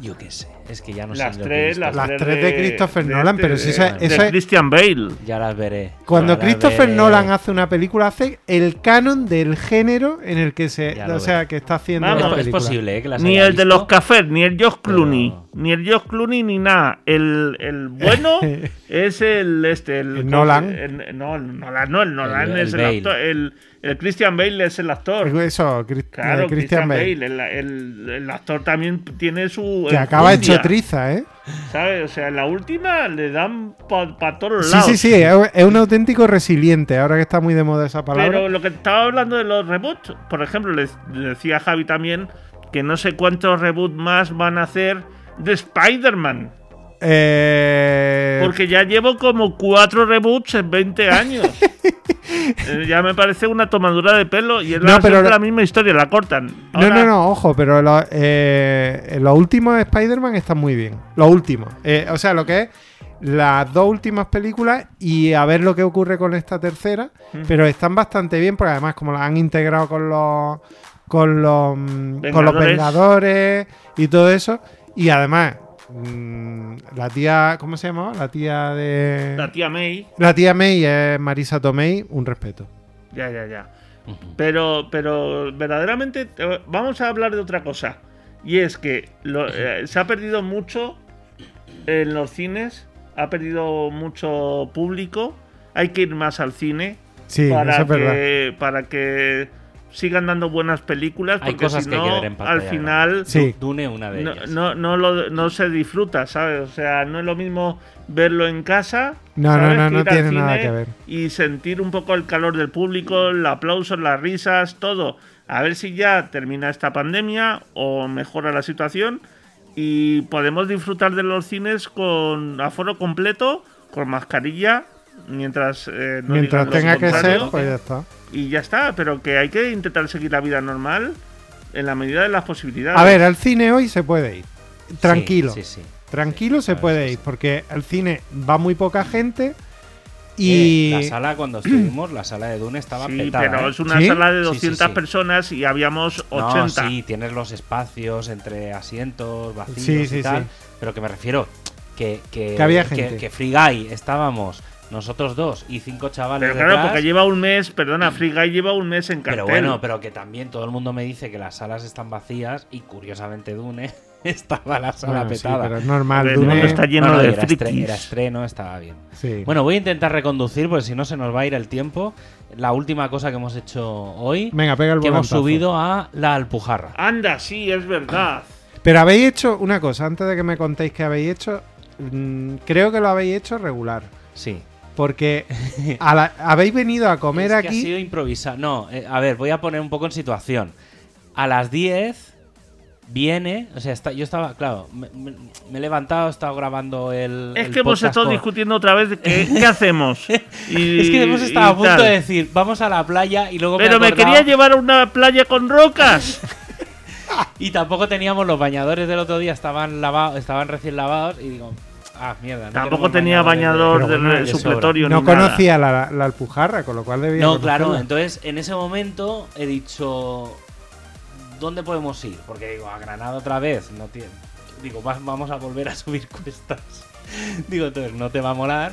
Yo qué sé, es que ya no Las sé lo que he tres, visto. las, Las tres de Christopher Nolan, pero si esa- este, de esa- Christian Bale. Ya las veré. Cuando Ya las Christopher veré. Nolan hace una película, hace el canon del género en el que se. Ya lo O sea, veré. que está haciendo Es- Vamos, la es película. posible, ¿eh? que las Ni haya el de visto. los cafés, ni el Josh Clooney. Pero- Ni el Josh Clooney, ni nada. El, el bueno es el. Este, el, El Nolan. el- no, el Nolan, no, el Nolan El- es el, el Bale. actor. El, el Christian Bale es el actor. Eso, Chris- Claro, eh, Christian Bale. pues, El, el- el actor también tiene su. Que acaba enjundia, hecho triza, ¿eh? ¿Sabes? O sea, en la última le dan para todos Sí, lados. sí, sí, es es un auténtico resiliente, ahora que está muy de moda esa palabra. Pero lo que estaba hablando de los reboots, por ejemplo, les decía Javi también que no sé cuántos reboots más van a hacer de Spider-Man. Eh, Porque ya llevo como cuatro reboots en 20 años. Eh, ya me parece una tomadura de pelo y es No, la, pero- siempre la misma historia, la cortan. No, Ahora- no, no, ojo, pero lo- eh, los últimos de Spider-Man están muy bien. Los últimos. Eh, o sea, lo que es las dos últimas películas y a ver lo que ocurre con esta tercera. Mm. Pero están bastante bien, porque además, como las han integrado con los. Con los, mm, con los Vengadores. Vengadores y todo eso. Y además, mm, la tía. ¿Cómo se llamaba? La tía de. La tía May. La tía May es Marisa Tomei, un respeto. Ya, ya, ya. Ujú. Pero, pero verdaderamente eh, vamos a hablar de otra cosa. Y es que lo- eh, se ha perdido mucho en los cines, ha perdido mucho público. Hay que ir más al cine Sí, para, eso es verdad. que, para que sigan dando buenas películas. Hay Porque cosas si que hay no, que ver en pantalla al grande. final Sí. Dune, una de no, ellas. no, no, lo- no se disfruta, ¿sabes? O sea, no es lo mismo verlo en casa. No, no, ¿sabes? no, que no ir al tiene nada cine que ver. Y sentir un poco el calor del público, el aplauso, las risas, todo. A ver si ya termina esta pandemia o mejora la situación y podemos disfrutar de los cines con aforo completo, con mascarilla, mientras eh, no Mientras digan lo tenga que ser, contrario pues ya está. y ya está, pero que hay que intentar seguir la vida normal en la medida de las posibilidades. A ver, al cine hoy se puede ir. Tranquilo. Sí, sí, sí. Tranquilo se claro, puede sí, ir, porque al cine va muy poca gente Eh, Y la sala, cuando estuvimos, la sala de Dune estaba Sí, petada. pero ¿eh? es una ¿Sí? sala de Sí, sí, 200 sí. personas y habíamos 80. No, sí, tienes los espacios entre asientos, vacíos Sí, y sí, tal. sí. Pero que me refiero que, que, Que había gente. que Free Guy estábamos nosotros dos y cinco chavales Pero claro, detrás, porque lleva un mes, perdona, Free Guy lleva un mes en cartel. Pero bueno, pero que también todo el mundo me dice que las salas están vacías y curiosamente Dune estaba la sala Bueno, sí, petada. pero es normal. Pero el mundo Dune- está lleno No, no, de y era, estre- frikis. era estreno, estaba bien. sí. Bueno, voy a intentar reconducir porque si no se nos va a ir el tiempo. La última cosa que hemos hecho hoy, Venga, pega el que hemos volantazo. subido a la Alpujarra. Anda, sí, es Ah, verdad. Pero habéis hecho una cosa, antes de que me contéis qué habéis hecho, mm, creo que lo habéis hecho regular. Sí. Porque a la- habéis venido a comer Es que ha aquí. sido improvisado. No, eh, a ver, voy a poner un poco en situación. A las 10 viene, o sea, está- yo estaba, claro, me, me- me he levantado, he estado grabando el. Es el que hemos podcast estado con- discutiendo otra vez de qué, qué hacemos. Y- Es que hemos estado a y punto tal. de decir, vamos a la playa y luego. Pero me, he me quería acordado- llevar a una playa con rocas. Y tampoco teníamos los bañadores del otro día, estaban lavados, estaban recién lavados y digo, ah, mierda. no Tampoco tenemos tenía bañador bañadores del Pero bueno, sobra. supletorio No ni nada. conocía la, la alpujarra, con lo cual debía. No, claro, conocerla. entonces en ese momento he dicho, ¿dónde podemos ir? Porque digo, a Granada otra vez, no tiene. Digo, va- vamos a volver a subir cuestas. digo, entonces no te va a molar.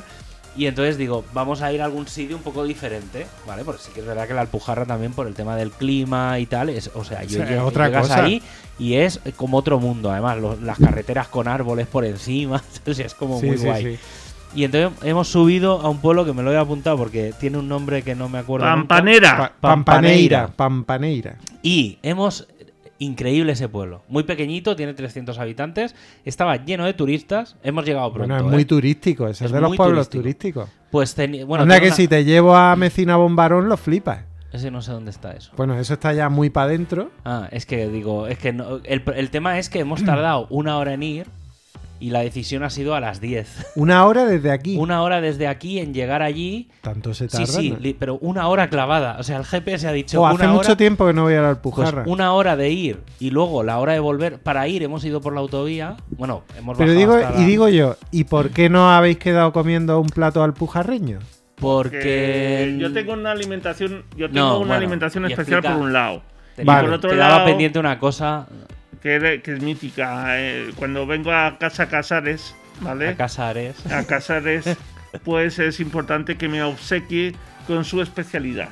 Y entonces digo, vamos a ir a algún sitio un poco diferente, ¿vale? Porque sí que es verdad que la Alpujarra también por el tema del clima y tal, es, o sea, yo sea, lle- otra llegas cosa. ahí y es como otro mundo, además, lo- las carreteras con árboles por encima, o sea, es como Sí, muy sí, guay. sí. Y entonces hemos subido a un pueblo que me lo he apuntado porque tiene un nombre que no me acuerdo. nunca. Pa- Pampanera. Pampaneira, Pampaneira. Pampaneira. Y hemos. Increíble ese pueblo. Muy pequeñito, tiene 300 habitantes. Estaba lleno de turistas. Hemos llegado pronto. Bueno, es ¿eh? muy turístico, ese es, Es de los muy pueblos turístico. turísticos. Pues teni- bueno, Anda tiene que una- si te llevo a Mecina Bombarón lo flipas. Ese no sé dónde está eso. Bueno, eso está ya muy para adentro. Ah, es que digo, es que no- el, el tema es que hemos tardado una hora en ir y la decisión ha sido a las 10. Una hora desde aquí. Una hora desde aquí en llegar allí. Tanto se tarda. Sí, sí, ¿no? li- pero una hora clavada. O sea, el GPS ha dicho O una hace hora. mucho tiempo que no voy a la Pues alpujarra. una hora de ir y luego la hora de volver. Para ir hemos ido por la autovía. Bueno, hemos Pero bajado digo, hasta la- y digo yo, ¿y por qué no habéis quedado comiendo un plato alpujarreño? porque Porque yo tengo una alimentación, yo tengo No, una bueno, alimentación y especial explica- por un lado. te, Vale. por otro te lado, daba pendiente pendiente una cosa que, era- que es mítica. eh, cuando vengo a casa Casares, ¿vale? a Casares. A Casares, pues es importante que me obsequie con su especialidad.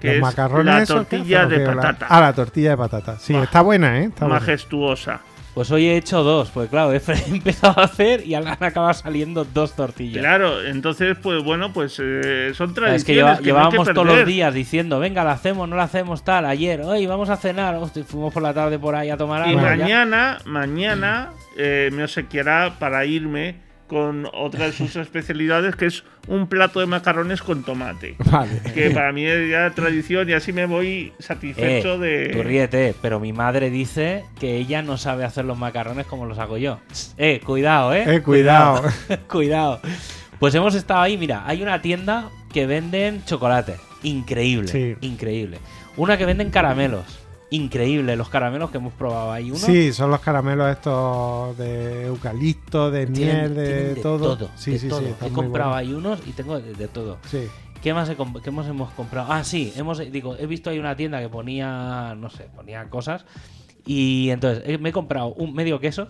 Que Los es macarrones. la esos que tortilla hacen, de ¿o qué? La- patata. Ah, la tortilla de patata. Sí, Maj- está buena, ¿eh? Está buena. majestuosa. Pues hoy he hecho dos, pues claro, he he empezado a hacer y han han acabado saliendo dos tortillas. Claro, entonces, pues bueno, pues eh, son O sea, tradiciones. Es que no lleva- hay que llevábamos todos perder. los días diciendo, venga, la hacemos, no la hacemos tal, ayer, hoy vamos a cenar, hostia, fuimos por la tarde por ahí a tomar Y algo. ya. mañana, mañana eh, me obsequiará para irme con otra de sus especialidades, que es un plato de macarrones con tomate. Vale. Que para mí es ya tradición y así me voy satisfecho Eh, tú de. ríete, pero mi madre dice que ella no sabe hacer los macarrones como los hago yo. Eh, cuidado, eh. Eh, cuidado. Cuidado. Pues hemos estado ahí, mira, hay una tienda que venden chocolate. Increíble. Sí. Increíble. Una que venden caramelos. Increíble los caramelos que hemos probado ahí. Uno Sí, son los caramelos estos de eucalipto, de miel, tienen- de, tienen de todo. Sí, de sí, todo. sí. están He muy comprado buenos. ahí unos y tengo de, de todo. Sí. ¿Qué más he comp- qué más hemos comprado? Ah, sí, hemos, digo, he visto ahí una tienda que ponía, no sé, ponía cosas. Y entonces eh, me he comprado un medio queso.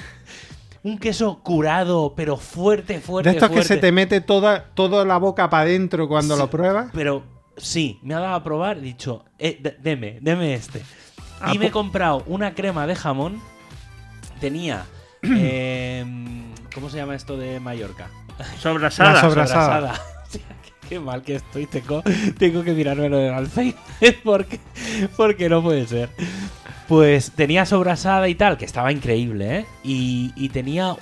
un queso curado, pero fuerte, fuerte. de estos fuerte. que se te mete toda, toda la boca para adentro cuando Sí. lo pruebas. Pero sí, me ha dado a probar, he dicho, eh, de- deme, deme este. Ah, y me he po- comprado una crema de jamón. Tenía. em, ¿Cómo se llama esto de Mallorca? Sobrasada. La Sobrasada. Sobrasada. Hostia, qué- Qué mal que estoy, tengo, tengo que mirarme lo del Alzheimer porque, porque no puede ser. Pues tenía sobrasada y tal, que estaba increíble, ¿eh? Y, y tenía.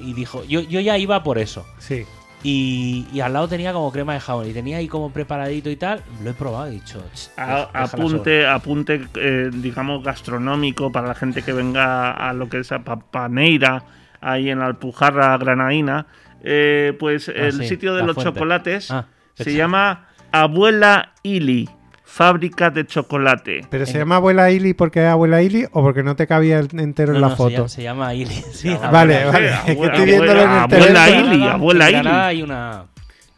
Y dijo, yo, yo ya iba por eso. Sí. Y, y al lado tenía como crema de jabón. Y tenía ahí como preparadito y tal. Lo he probado, he dicho. "Ch, A- déjala apunte, apunte eh, digamos, gastronómico para la gente que venga a lo que es a Papaneira, ahí en la Alpujarra Granadina. Eh, pues el Ah, sí, sitio de la los fuente. chocolates Ah, se pensaba- llama Abuela Ili, fábrica de chocolate. Pero se En- llama abuela Ili porque es abuela Ili o porque no te cabía el- sola". entero No, en la no, se foto. llama- Se llama Ili. sí, Abuela abuela. Eh, Vale, vale. Ili, Es que estoy viéndolo en el abuela teléfono. Ili, abuela En Granada Ili. hay una.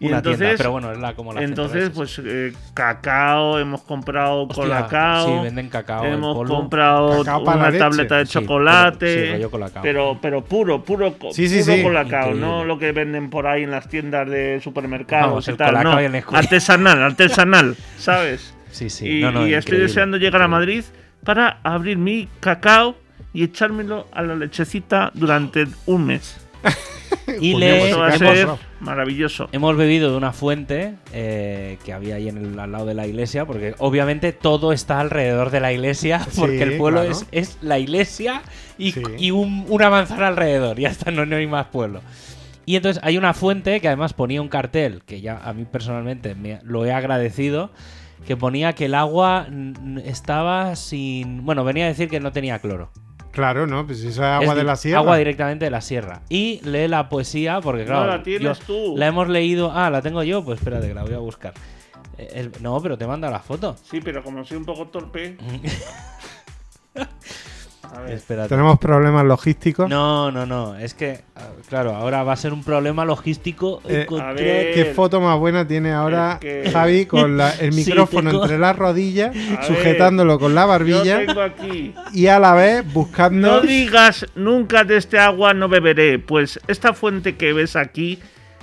Y Una entonces, tienda, pero bueno, es la como la gente entonces lo ve, sí, pues eh, cacao, hemos comprado Hostia, colacao. sí, venden cacao en Hemos polvo. comprado Cacao para la una leche. tableta de Sí, chocolate. pero- sí, rollo colacao. pero, pero puro, puro, co- Sí, sí, puro sí. colacao, Increíble. no lo que venden por ahí en las tiendas de supermercados Vamos, y el tal. colacao no. y el Nesquik. artesanal, artesanal, ¿sabes? Sí, sí. y No, no, y estoy increíble, deseando llegar a increíble. Madrid para abrir mi cacao y echármelo a la lechecita durante un mes. Y Pues le bien, Eso va a ¿qué ser pasó? maravilloso. Hemos bebido de una fuente eh, que había ahí en el, al lado de la iglesia, porque obviamente todo está alrededor de la iglesia, Sí, porque el pueblo claro. es, es la iglesia y, Sí. y un- una manzana alrededor, ya está, no, no hay más pueblo. Y entonces hay una fuente que además ponía un cartel, que ya a mí personalmente me- lo he agradecido, que ponía que el agua mm, estaba sin... Bueno, venía a decir que no tenía cloro. Claro, ¿no? Pues eso es agua Es de di- la sierra. Agua directamente de la sierra. Y lee la poesía, porque No, claro. la tienes yo- tú. La hemos leído. Ah, la tengo yo. Pues espérate, que la voy a buscar. Eh, el- no, pero te manda la foto. Sí, pero como soy un poco torpe. A ver. Espérate. Tenemos problemas logísticos. No, no, no. Es que, ah, claro, ahora va a ser un problema logístico. Eh, encontrar- a ver. ¿Qué foto más buena tiene ahora Es que- Javi con la- el Sí, micrófono tengo- entre las rodillas, ver. sujetándolo con la Yo barbilla tengo aquí. y a la vez buscando No digas nunca de este agua no beberé, pues esta fuente que ves aquí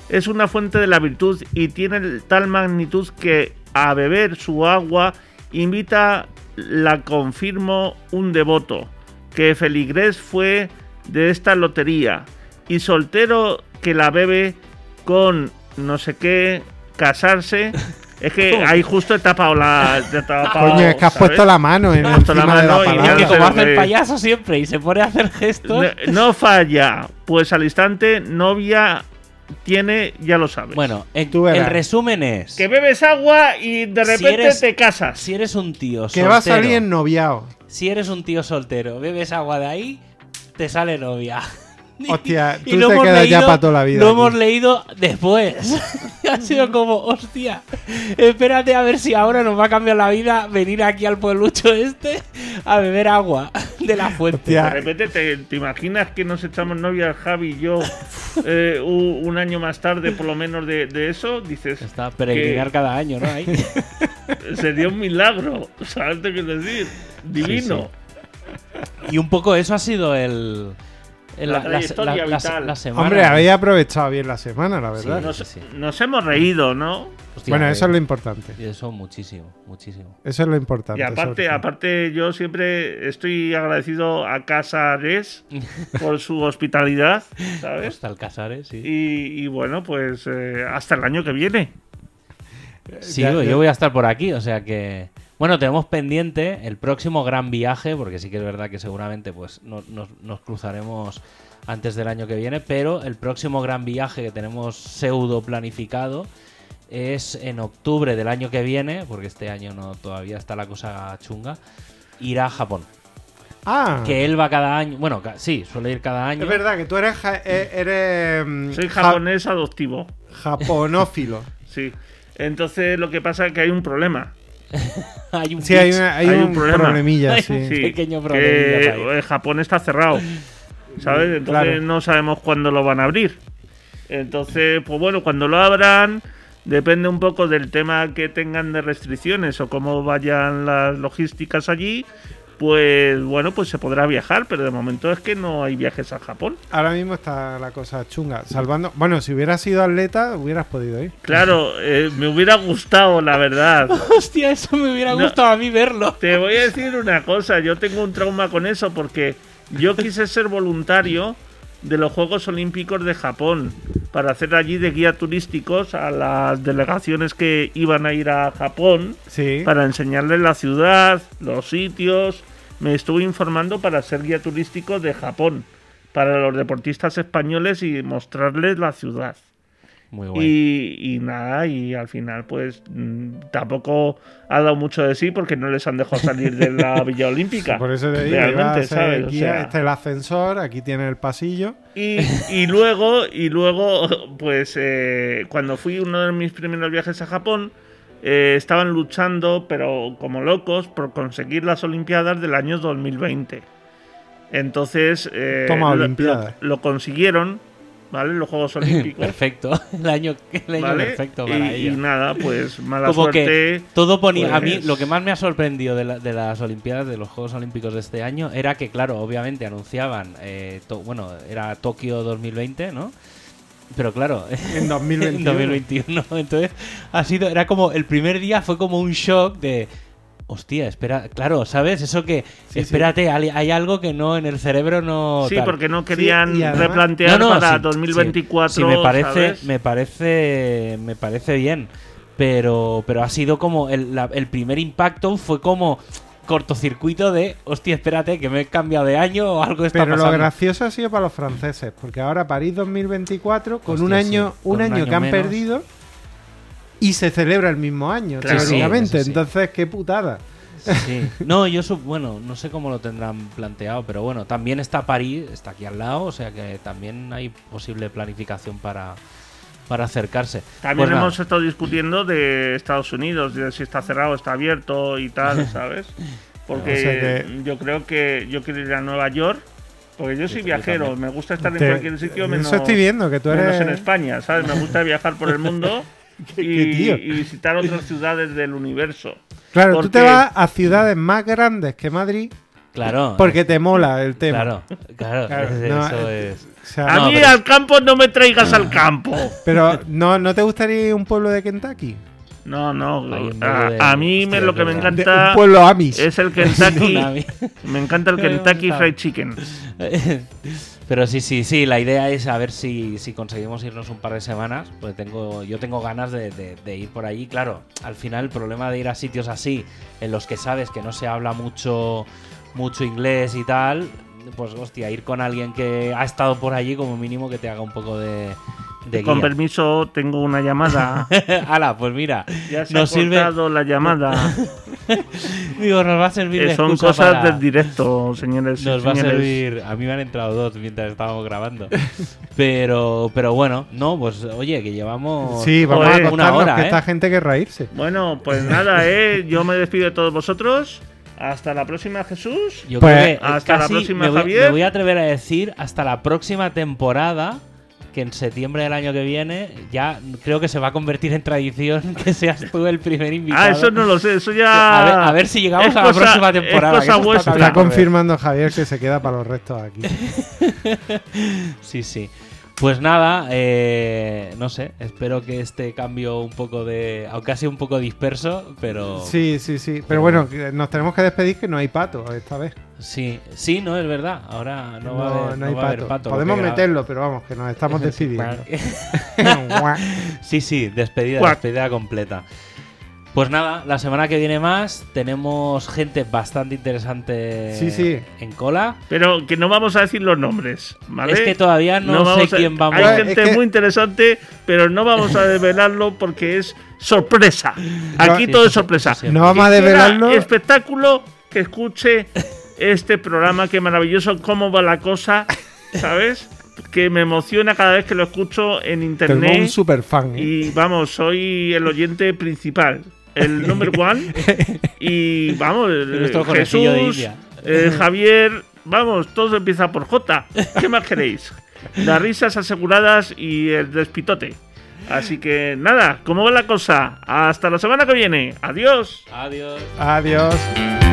es una fuente de la virtud y tiene tal magnitud que a beber su agua invita, la confirmo, un devoto, que feligrés fue de esta lotería, y soltero que la bebe con no sé qué, casarse. Es que ahí justo he tapado la... Te he tapado, Coño, es que has ¿sabes? puesto la mano en He puesto la encima de la mano y- Mira que palabra. como hace el Eh, payaso siempre y se pone a hacer gestos. No, no falla. Pues al instante, novia tiene, ya lo sabes. Bueno, en- Tú verás. el resumen es: Que bebes agua y de Si repente eres- te casas. si eres un tío Que va a soltero, salir ennoviado. si eres un tío soltero, bebes agua de ahí, te sale novia. Hostia, Y tú lo te hemos quedas ya leído- para toda la vida Lo aquí. hemos leído después. ha sido como, hostia, espérate a ver si ahora nos va a cambiar la vida venir aquí al pueblucho este a beber agua de la fuente. De Hostia, repente te, te imaginas que nos echamos novia Javi y yo eh, u- un año más tarde, por lo menos de, de eso. Dices, Está peregrinar cada año, ¿no? Ahí. sería un milagro. ¿Sabes lo que quiero decir? Divino. Y un poco eso ha sido el. el- La trayectoria vital. semana. Hombre, habéis aprovechado bien la semana, la verdad. Sí, Nos, sí, sí. nos hemos reído, ¿no? Hostia, bueno, eh, eso es lo importante. eso muchísimo, muchísimo. Eso es lo importante. Y aparte, sobre todo. aparte, yo siempre estoy agradecido a Casa Res por su hospitalidad, ¿sabes? Hasta el Casares, sí. Y, y bueno, pues eh, hasta el año que viene. Sí, Ya- yo, ya- yo voy a estar por aquí, o sea que. Bueno, tenemos pendiente el próximo gran viaje, porque sí que es verdad que seguramente pues, no- nos, nos cruzaremos antes del año que viene, pero el próximo gran viaje que tenemos pseudo planificado es en octubre del año que viene, porque este año no todavía está la cosa chunga, ir a Japón. Ah, Que él va cada año, bueno, ca- sí, suele ir cada año. es verdad que tú eres, ja- eh, eres mm, Soy ja- japonés adoptivo, japonófilo. sí. Entonces lo que pasa es que hay un problema. Hay un, Sí, hay, pitch, una- hay Hay un un problema. problemilla, Hay sí. un Sí, Pequeño que, problemilla para ir. eh, Japón está cerrado, ¿sabes? Entonces claro. no sabemos cuándo lo van a abrir. Entonces, pues bueno, cuando lo abran, depende un poco del tema que tengan de restricciones o cómo vayan las logísticas allí. Pues bueno, pues se podrá viajar, pero de momento es que no hay viajes a Japón. Ahora mismo está la cosa chunga. Salvando. Bueno, si hubieras sido atleta, hubieras podido ir. Claro, eh, me hubiera gustado, la verdad. Hostia, eso me hubiera No. gustado a mí verlo. Te voy a decir una cosa, yo tengo un trauma con eso porque yo quise ser voluntario de los Juegos Olímpicos de Japón para hacer allí de guía turísticos a las delegaciones que iban a ir a Japón Sí. para enseñarles la ciudad, los sitios. Me estuve informando para ser guía turístico de Japón para los deportistas españoles y mostrarles la ciudad. Muy guay. Y, y nada, y al final pues mm, tampoco ha dado mucho de sí porque no les han dejado salir de la Villa Olímpica. Por eso te digo, iba a realmente, ser ¿sabes? O guía. sea, Este es el ascensor, aquí tiene el pasillo. y, y luego, y luego, pues eh, cuando fui uno de mis primeros viajes a Japón, eh, estaban luchando, pero como locos, por conseguir las Olimpiadas del año 2020. Entonces, eh, Toma, lo- Olimpiadas. lo consiguieron, ¿vale? En los Juegos Olímpicos. Perfecto. El año, el año ¿vale? perfecto Y- para y, ello. nada, pues mala Como suerte. que todo ponía. A mí pues- lo que más me ha sorprendido de, la- de las Olimpiadas, de los Juegos Olímpicos de este año, era que, claro, obviamente anunciaban. eh, to- bueno, era Tokio 2020, ¿no? Pero claro, En 2021. en 2021. Entonces, ha sido. Era como. El primer día fue como un shock de. Hostia, espera. Claro, ¿sabes? Eso que. espérate, hay- hay algo que no. En el cerebro no. Sí, tal. porque no querían y además- replantear No, no, para sí, 2024. sí, sí, me parece, ¿sabes? me parece, me parece bien, pero, pero ha sido como el, la- el primer impacto fue como cortocircuito de, hostia, espérate, que me he cambiado de año o algo está Pero lo pasando. gracioso ha sido para los franceses, porque ahora París 2024, con Hostia, un año, sí, un con un año año que han menos. perdido, y se celebra el mismo año, Claro. Sí, teóricamente. eso sí. Entonces, qué putada. Sí. No, yo sub, bueno, no sé cómo lo tendrán planteado, pero bueno, también está París, está aquí al lado, o sea que también hay posible planificación para, para acercarse. También Pues nada. hemos estado discutiendo de Estados Unidos, de si está cerrado, está abierto y tal, ¿sabes? Porque O sea que- yo creo que yo quiero ir a Nueva York, porque yo sí, soy yo viajero, también. me gusta estar en Te- cualquier sitio menos, Eso estoy viendo, que tú menos eres... en España, ¿sabes? Me gusta viajar por el mundo qué y, tío? y visitar otras ciudades del universo. Claro, tú te Porque- vas a ciudades más grandes que Madrid Claro, porque te mola el tema. eh. claro, claro, Claro, no, eso eh, es. O sea, a No, mí pero- al campo no me traigas al campo. Pero ¿no, ¿no te gustaría ir a un pueblo de Kentucky? No, no, Ahí en medio de- a, a mí me, hostia, lo que me es verdad. De- encanta un pueblo Amish. es el Kentucky. Tsunami. me encanta el Qué bien Kentucky está. Fried Chicken. Pero sí, sí, sí, la idea es a ver si, si conseguimos irnos un par de semanas, pues tengo, yo tengo ganas de, de- de ir por allí. Claro, al final el problema de ir a sitios así, en los que sabes que no se habla mucho, mucho inglés y tal, pues hostia, ir con alguien que ha estado por allí como mínimo que te haga un poco de, de Con guía. permiso, tengo una llamada. Ala, pues mira, Ya se nos ha sirve, cortado la llamada. digo, nos va a servir Eh, de son excusa cosas para- del directo, señores. y Nos va a señores. servir. A mí me han entrado dos mientras estábamos grabando. Pero, pero bueno, no, pues oye, que llevamos. Sí, vamos Joder, a una contarnos hora, que ¿eh? esta gente querrá irse. Bueno, pues nada, eh. Yo me despido de todos vosotros. Hasta la próxima, Jesús. Yo Pues, creo que eh, hasta la casi próxima, me voy, Javier. me voy a atrever a decir hasta la próxima temporada. Que en septiembre del año que viene ya creo que se va a convertir en tradición que seas tú el primer invitado. Ah, eso no lo sé. Eso ya. A ver, a ver si llegamos es a la cosa- próxima es temporada. cosa que eso está vuestra. todavía Está Claro. por ver. confirmando Javier que se queda para los restos aquí. Sí, sí. Pues nada, eh, no sé, espero que este cambio un poco de. aunque ha sido un poco disperso, pero. Sí, sí, sí. Pero bueno, que nos tenemos que despedir que no hay pato esta vez. Sí, sí, no es verdad. Ahora no, va a haber, hay no va a haber pato, Podemos porque meterlo, pero vamos, que nos estamos graba- decidiendo. Guau. sí, sí, despedida, Cuac. despedida completa. Pues nada, la semana que viene más tenemos gente bastante interesante Sí, sí. en cola. Pero que no vamos a decir los nombres, ¿vale? Es que todavía no, sé vamos a- quién vamos Hay a... ver, gente es que- muy interesante, pero no vamos a desvelarlo porque es sorpresa. Aquí Sí, todo sí, es sorpresa. sí, sí. No vamos a Que quiera desvelarlo. este Espectáculo que escuche este programa, qué maravilloso, cómo va la cosa, ¿sabes? Que me emociona cada vez que lo escucho en Tenemos un ¿eh? internet. super fan. Y vamos, soy el oyente principal, el number one. Y vamos, eh, nuestro conejillo de Jesús, India. eh, Javier, vamos, todo empieza por J. ¿Qué más queréis? Las risas aseguradas y el despitote. Así que nada, ¿cómo va la cosa? Hasta la semana que viene. Adiós. Adiós. Adiós.